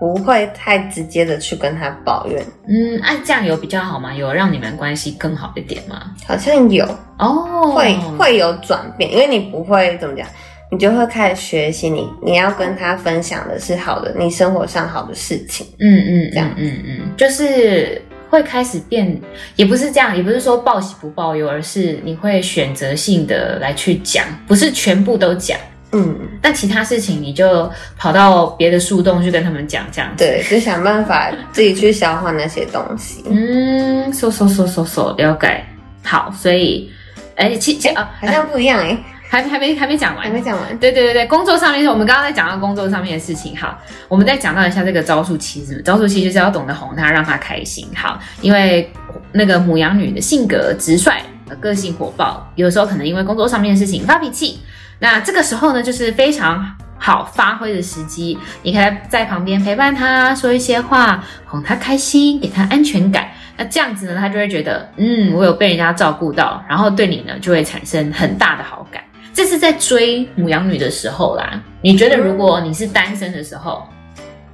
不会太直接的去跟他抱怨，
嗯，哎、这样有比较好吗？有让你们关系更好一点吗？
好像有
哦，
会、会有转变，因为你不会怎么讲，你就会开始学习你你要跟他分享的是好的，你生活上好的事情，
嗯嗯，
这样
嗯嗯嗯，就是会开始变，也不是这样，也不是说报喜不报忧，而是你会选择性的来去讲，不是全部都讲，
嗯，
但其他事情你就跑到别的树洞去跟他们讲，这样子。
对，就想办法自己去消化那些东西。
嗯，嗖嗖嗖嗖嗖，了解。好，所以，哎，其其啊，
好像不一 样哎、
还还没还没讲完，
还没讲完。
对对对对，工作上面，我们刚刚在讲到工作上面的事情，好，我们再讲到一下这个招数期是不是招数期就是要懂得哄他，让他开心。好，因为那个母羊女的性格直率，呃个性火爆，有时候可能因为工作上面的事情发脾气。那这个时候呢，就是非常好发挥的时机，你可以在旁边陪伴他，说一些话，哄他开心，给他安全感。那这样子呢，他就会觉得，嗯，我有被人家照顾到，然后对你呢就会产生很大的好感。这是在追母羊女的时候啦。你觉得如果你是单身的时候，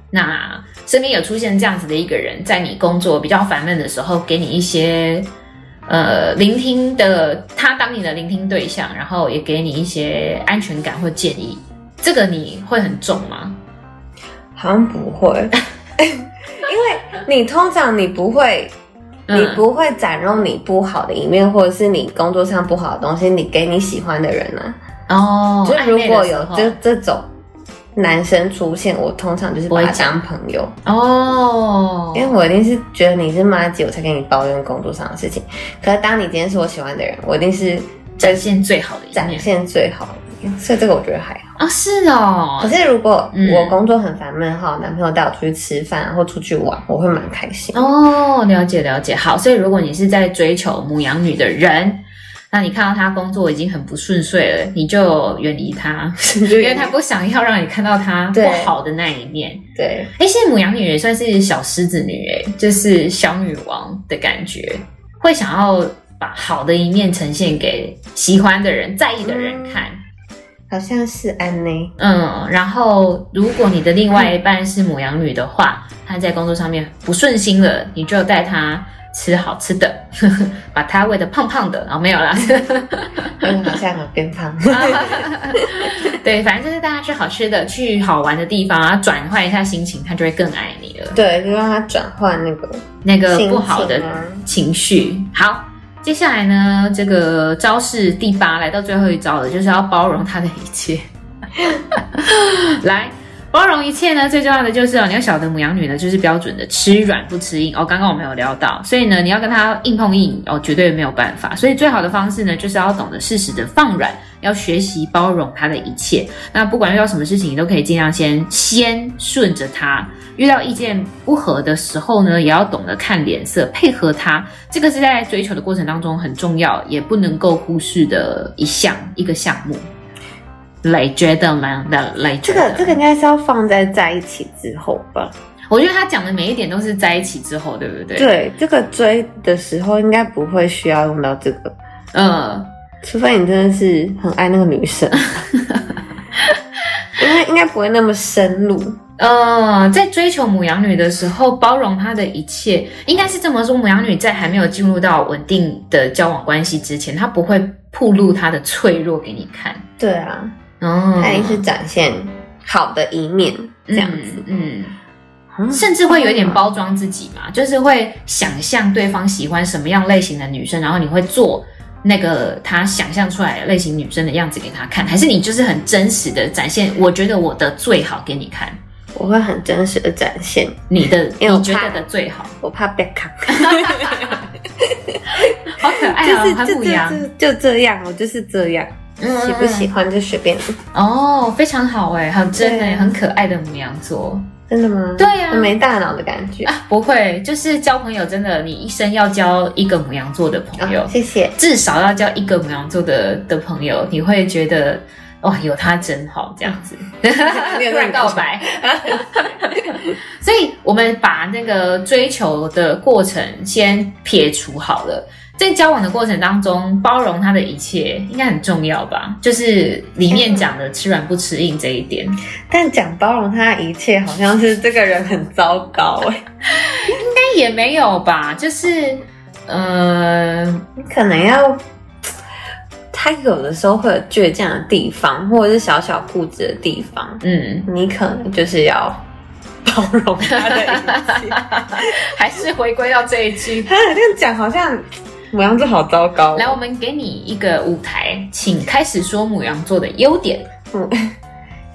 那身边有出现这样子的一个人，在你工作比较烦闷的时候，给你一些呃聆听的，他当你的聆听对象，然后也给你一些安全感或建议，这个你会很重吗？
好像不会， 因为你通常你不会，
嗯
你不会展露你不好的一面，或者是你工作上不好的东西，你给你喜欢的人啊。
哦，
就
暧
如
昧
果
的时
有
候
这这种男生出现，我通常就是把他当朋友，
哦
因为我一定是觉得你是妈姐，我才跟你抱怨工作上的事情。可是当你今天是我喜欢的人，我一定是
展现最好的一
展
面
现最好的一面，所以这个我觉得还好。
啊、哦，是哦
可，是如果
嗯
我工作很烦闷哈，男朋友带我出去吃饭或出去玩，我会蛮开心。
哦，了解了解。好，所以如果你是在追求母羊女的人，那你看到她工作已经很不顺遂了，你就远离她，
因
因为她不想要让你看到她不
对
好的那一面。
对，
哎，现在母羊女也算是小狮子女，哎，就是小女王的感觉，会想要把好的一面呈现给喜欢的人、在意的人看。
好像是安呢。
嗯，然后如果你的另外一半是母羊女的话，她在工作上面不顺心了，你就带她吃好吃的， 把她喂得胖胖的，然、哦后没有啦。
因为好像有变胖。
对，反正就是带她吃好吃的，去好玩的地方，然后转换一下心情，她就会更爱你了。
对，就让他转换那 个
那个
心情
不好的
啊
情绪。好，接下来呢，这个招式第八来到最后一招了，就是要包容他的一切。 来，包容一切呢，最重要的就是哦，你要晓得母羊女呢就是标准的吃软不吃硬哦。刚刚我们有聊到，所以呢，你要跟她硬碰硬哦，绝对没有办法。所以最好的方式呢，就是要懂得适时的放软，要学习包容她的一切。那不管遇到什么事情，你都可以尽量先先顺着她，遇到意见不合的时候呢，也要懂得看脸色，配合他。这个是在追求的过程当中很重要，也不能够忽视的一项一个项目。磊觉得吗？那磊觉
这
得
个这个，应该是要放在在一起之后吧？
我觉得他讲的每一点都是在一起之后，对不对？，
对，这个追的时候应该不会需要用到这个，
嗯，
除非你真的是很爱那个女生。因为应该不会那么深入。
呃，在追求母羊女的时候，包容她的一切，应该是这么说。母羊女在还没有进入到稳定的交往关系之前，她不会暴露她的脆弱给你看。
对啊，
哦，
她也是展现好的一面，这样子，
嗯，
嗯
嗯甚至会有点包装自己嘛，就是会想象对方喜欢什么样类型的女生，然后你会做那个他想象出来的类型女生的样子给他看，还是你就是很真实的展现？我觉得我的最好给你看，
我会很真实的展现，
你的
因为我
你觉
怕
得的最好，
我怕被砍。
好可爱
就
啊，
是
还
就
不一样。
就就就这样，我就是这样，
嗯
喜不喜欢就随便。
哦，非常好哎，很真
对
哎，
啊
很可爱的母羊座。
真的吗？
对啊
没大脑的感觉。
不会，就是交朋友真的，你一生要交一个母羊座的朋友，
啊谢 谢。
至少要交一个母羊座的的朋友，你会觉得哇，有他真好这样子，
你有
突
这种
然
感
告
觉
白。 所以我们把那个追求的过程先撇除好了。在交往的过程当中，包容他的一切应该很重要吧？就是里面讲的吃软不吃硬这一点，应
但讲包容他的一切，好像是这个人很糟糕哎、
该也没有吧？就是，呃，
你可能要。他有的时候会有倔强的地方，或者是小小固执的地方，
嗯，
你可能就是要包容他的 一切。
还是回归到这一句。
他这样讲好像母羊座好糟糕哦。
来，我们给你一个舞台，请开始说母羊座的优点。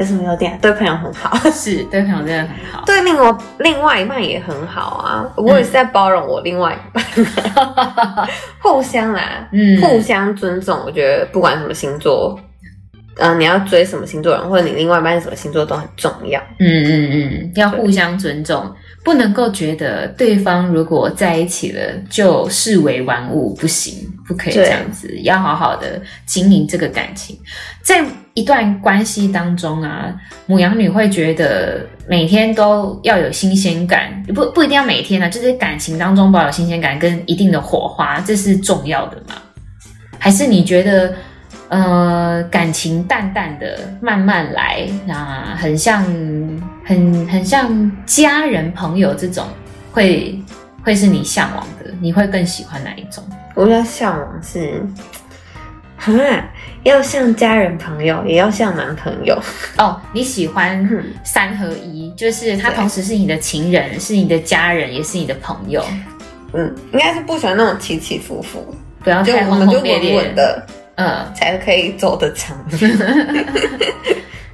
有什么优点啊？对朋友很 好，
是对朋友真的很好，
对另我另外一半也很好啊。我也是在包容我另外一半，互相啦，
嗯
互相尊重。我觉得不管什么星座，嗯、你要追什么星座人，或者你另外一半是什么星座都很重要。
嗯嗯嗯，要互相尊重，不能够觉得对方如果在一起了就视为玩物，不行，不可以
对
这样子，要好好的经营这个感情。在一段关系当中啊，母羊女会觉得每天都要有新鲜感，不不一定要每天啊，就是感情当中保有新鲜感跟一定的火花，这是重要的嘛？还是你觉得，呃，感情淡淡的，慢慢来，那很像，很很像家人朋友这种，会会是你向往的，你会更喜欢哪一种？
我比较向往是。啊，要像家人朋友，也要像男朋友。
哦，你喜欢
嗯
三合一，就是他
对
同时是你的情人，是你的家人，也是你的朋友，
嗯，应该是不喜欢那种起起伏伏，
不要
就
太
我
轰
们就
轰烈嗯
稳
烈
稳。的，
嗯，
才可以走得长。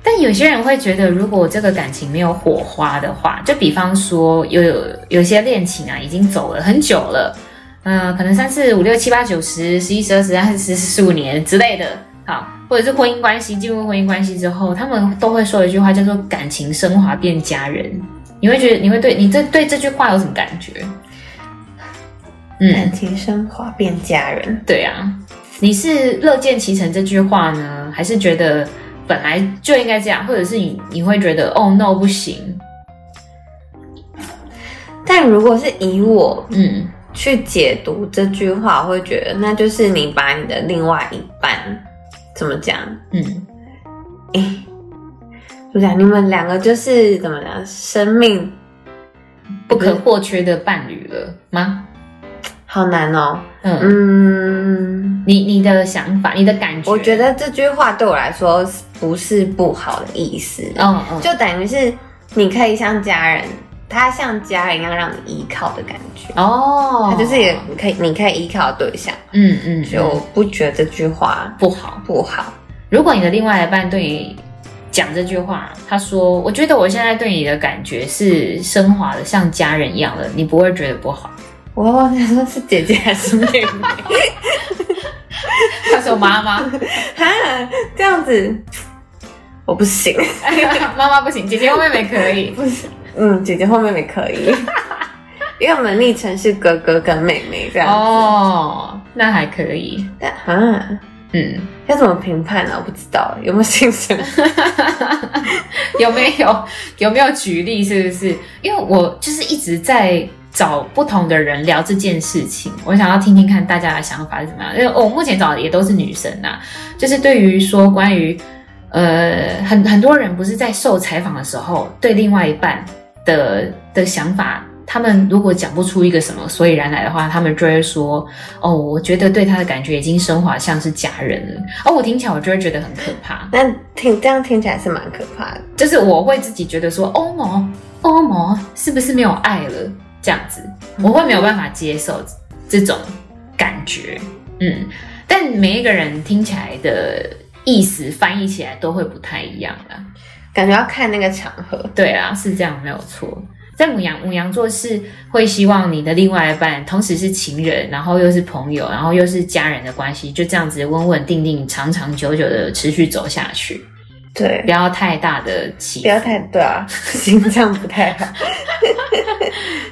但有些人会觉得，如果这个感情没有火花的话，就比方说有有有些恋情啊，已经走了很久了，嗯、可能三四五六七八九十十一十二十三十四十五年之类的，好，或者是婚姻关系进入婚姻关系之后，他们都会说一句话叫做“感情升华变家人”，你会觉得你会对你这对这句话有什么感觉？嗯
感，情升华变家人，
对啊，你是乐见其成这句话呢，还是觉得本来就应该这样，或者是你你会觉得哦 no 不行，
但如果是以我
嗯
去解读这句话，我会觉得那就是你把你的另外一半怎么讲？
嗯，
哎、怎么讲？你们两个就是怎么讲？生命
不可或缺的伴侣了吗？
好难哦。
嗯，
嗯，
你你的想法，你的感觉，
我觉，得这句话对我来说不是不好的意思，
嗯嗯，
就等于是你可以像家人，他像家人一样让你依靠的感觉。
哦，
他就是也可以，你可以依靠的对象，
嗯嗯，
就不觉得这句话
不好。
不好。
如果你的另外一半对你讲这句话，他说：“我觉得我现在对你的感觉是升华的，像家人一样了。”你不会觉得不好？
我会忘记说是姐姐还是妹妹，
他说：“妈妈，
哈，这样子我不行，
妈妈不行，姐姐或妹妹可以。
不行，嗯，姐姐或妹妹可以，因为我们昵称是哥哥跟妹妹这样子。
哦，那还可以。
但哈，
嗯，
要怎么评判啊呢、我不知道有没有精神。
有没有有没有举例？是不是？因为我就是一直在找不同的人聊这件事情，我想要听听看大哦啊家的想法是怎么样。因为我目前找的也都是女生呐、就是对于说关于呃，很很多人不是在受采访的时候，对另外一半的的想法，他们如果讲不出一个什么所以然来的话，他们就会说：“哦，我觉得对他的感觉已经升华像是家人了。”哦，我听起来我就会觉得很可怕，
那听这样听起来是蛮可怕的。
就是我会自己觉得说：“哦欧盟，欧盟哦是不是没有爱了？”这样子，
嗯
我会没有办法接受这种感觉。嗯，但每一个人听起来的意思翻译起来都会不太一样啦。
感觉要看那个场合。
对啊，是这样，没有错。在母羊母羊座是会希望你的另外一半，同时是情人，然后又是朋友，然后又是家人的关系，就这样子稳稳定定、长长久久的持续走下去，
对
不，要太大的起伏
不要太对啊，心脏不太好。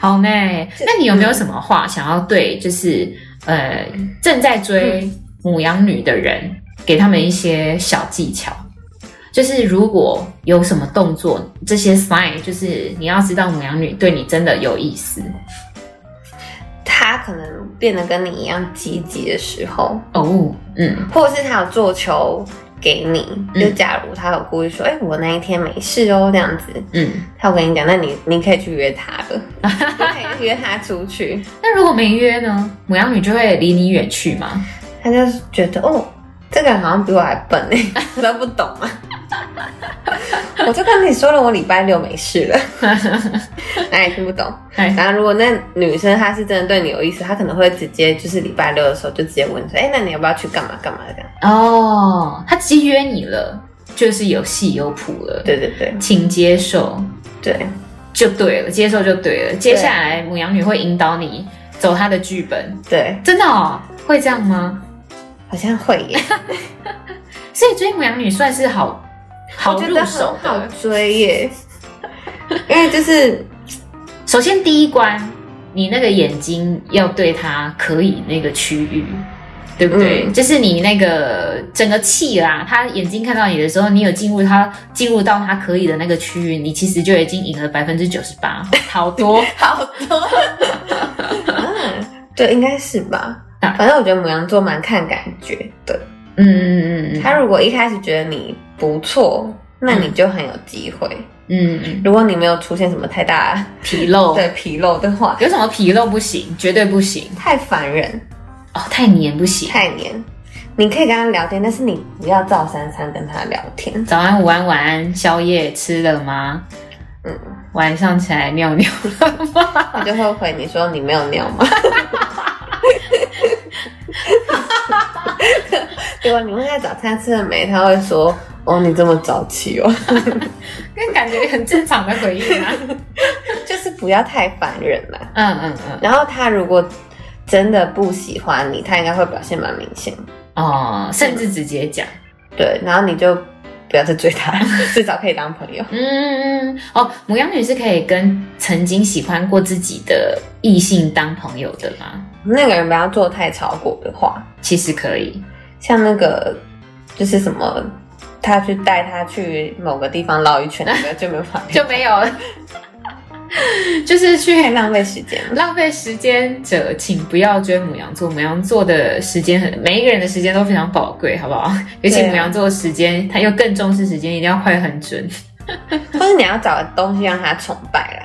好呢。那你有没有什么话想要对，就是呃正在追母羊女的人，给他们一些小技巧？就是如果有什么动作，这些 sign，就是你要知道母羊女对你真的有意思
他可能变得跟你一样积极的时候，
哦。嗯，
或者是他有做球给你，
嗯
就假如他有故意说，哎、我那一天没事哦，这样子，
嗯，
他有跟你讲，那你你可以去约他了，你可以约他出去，
那如果没约呢？母羊女就会离你远去吗？
他就觉得哦，这个人好像比我还笨哎、都不懂啊。我就跟你说了，我礼拜六没事了，那也听不懂。
哎，
然后如果那女生她是真的对你有意思，她可能会直接就是礼拜六的时候就直接问说，哎、那你要不要去干嘛干嘛这样？
哦，他直接约你了，就是有戏有谱了，
对对对
请接受
对，
就对了，接受就对了。接下来母羊女会引导你走她的剧本，
对，
真的哦，会这样吗？
好像会耶，
所以追母羊女算是好好
我觉
入
得
手
很好
的。
追 耶，因为就是
首先第一关，你那个眼睛要对她可以那个区域，对不对？
嗯
就是你那个整个气啦，她眼睛看到你的时候，你有进入她进入到她可以的那个区域，你其实就已经赢了百分之九十八，好多。
好 多，嗯，对，应该是吧。
啊
反正我觉得母羊座蛮看感觉的，
嗯嗯嗯嗯
他如果一开始觉得你不错，那你就很有机会。
嗯嗯，
如果你没有出现什么太大
纰漏。
的纰漏的话，
有什么纰漏不行，绝对不行
太烦人，
哦，太黏不行。
太黏。你可以跟他聊天，但是你不要照三餐跟他聊天。
早安、午安、晚安，宵夜吃了吗？
嗯，
晚上起来尿 尿了吗？
他就会回你说你没有尿 吗？对啊吧？你问他早餐吃了没，他会说哦，你这么早起哦，
跟感觉很正常的回应啊。
就是不要太烦人啊了。
嗯嗯嗯，
然后他如果真的不喜欢你，他应该会表现蛮明显。
哦，甚至直接讲，
对，然后你就不要再追他，至少可以当朋友。
嗯嗯嗯，哦，母羊女是可以跟曾经喜欢过自己的异性当朋友的吗？
那个人不要做太超过的话，
其实可以，
像那个就是什么，他去带他去某个地方绕一圈，那个 就没法
就没有了， 就是去
太浪费时间了。
浪费时间者，请不要追母羊座。母羊座的时间很，每一个人的时间都非常宝贵，好不 好？尤其母羊座的时间，他又更重视时间，一定要快很准。
或者你要找个东西让他崇拜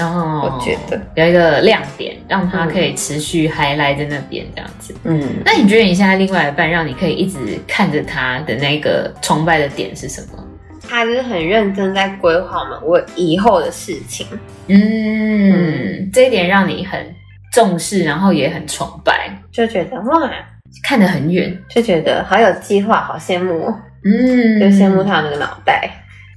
啦，
哦，
我觉得，
有一个亮点，让他可以持续还来在那边这样子。
嗯，
那你觉得你现在另外一半让你可以一直看着他的那个崇拜的点是什么？
他就是很认真在规划我们我以后的事情。
嗯，这一点让你很重视，然后也很崇拜，
就觉得哇，
看得很远。
就觉得好有计划，好羡慕哦，
嗯，
就羡慕他那个脑袋。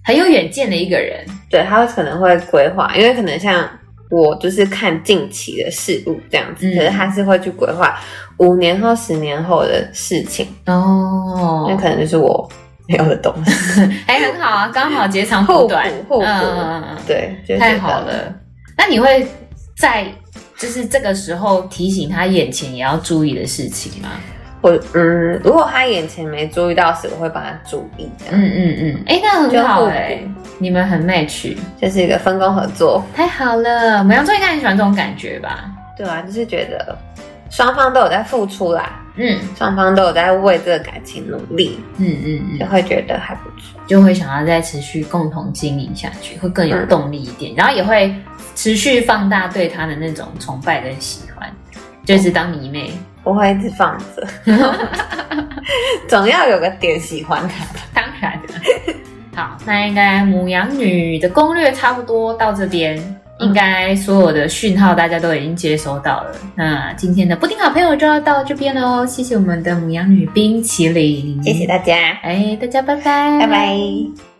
很有远见的一个人。
对，他可能会规划，因为可能像我就是看近期的事物这样子，
嗯
可是他是会去规划五年后、十年后的事情，
哦
那可能就是我没有的东 西。
哎，很好啊，刚好截长补短，
互补互补
嗯嗯
对，就
嗯，
觉得
太好。了。那你会在就是这个时候提醒他眼前也要注意的事情吗？
我嗯，如果他眼前没注意到时，我会帮他注意这样，
嗯嗯嗯，哎，那很好
就互补
哎、你们很 match，
就是一个分工合作。
太好了。母羊座应该很喜欢这种感觉吧？
对啊，就是觉得双方都有在付出啦，
嗯
双方都有在为这个感情努力，
嗯嗯
就
嗯，
会觉得还不错。
就会想要再持续共同经营下去，会更有动力一点，然后也会持续放大对他的那种崇拜跟喜欢，就是当迷妹。
不会一直放 着，总要有个点喜欢他。
当然了。好，那应该母羊女的攻略差不多到这边，
嗯
应该所有的讯号大家都已经接收到了。那今天的布丁好朋友就要到这边哦喽，谢谢我们的母羊女冰淇淋，
谢谢大家，
哎，大家拜拜，
拜拜。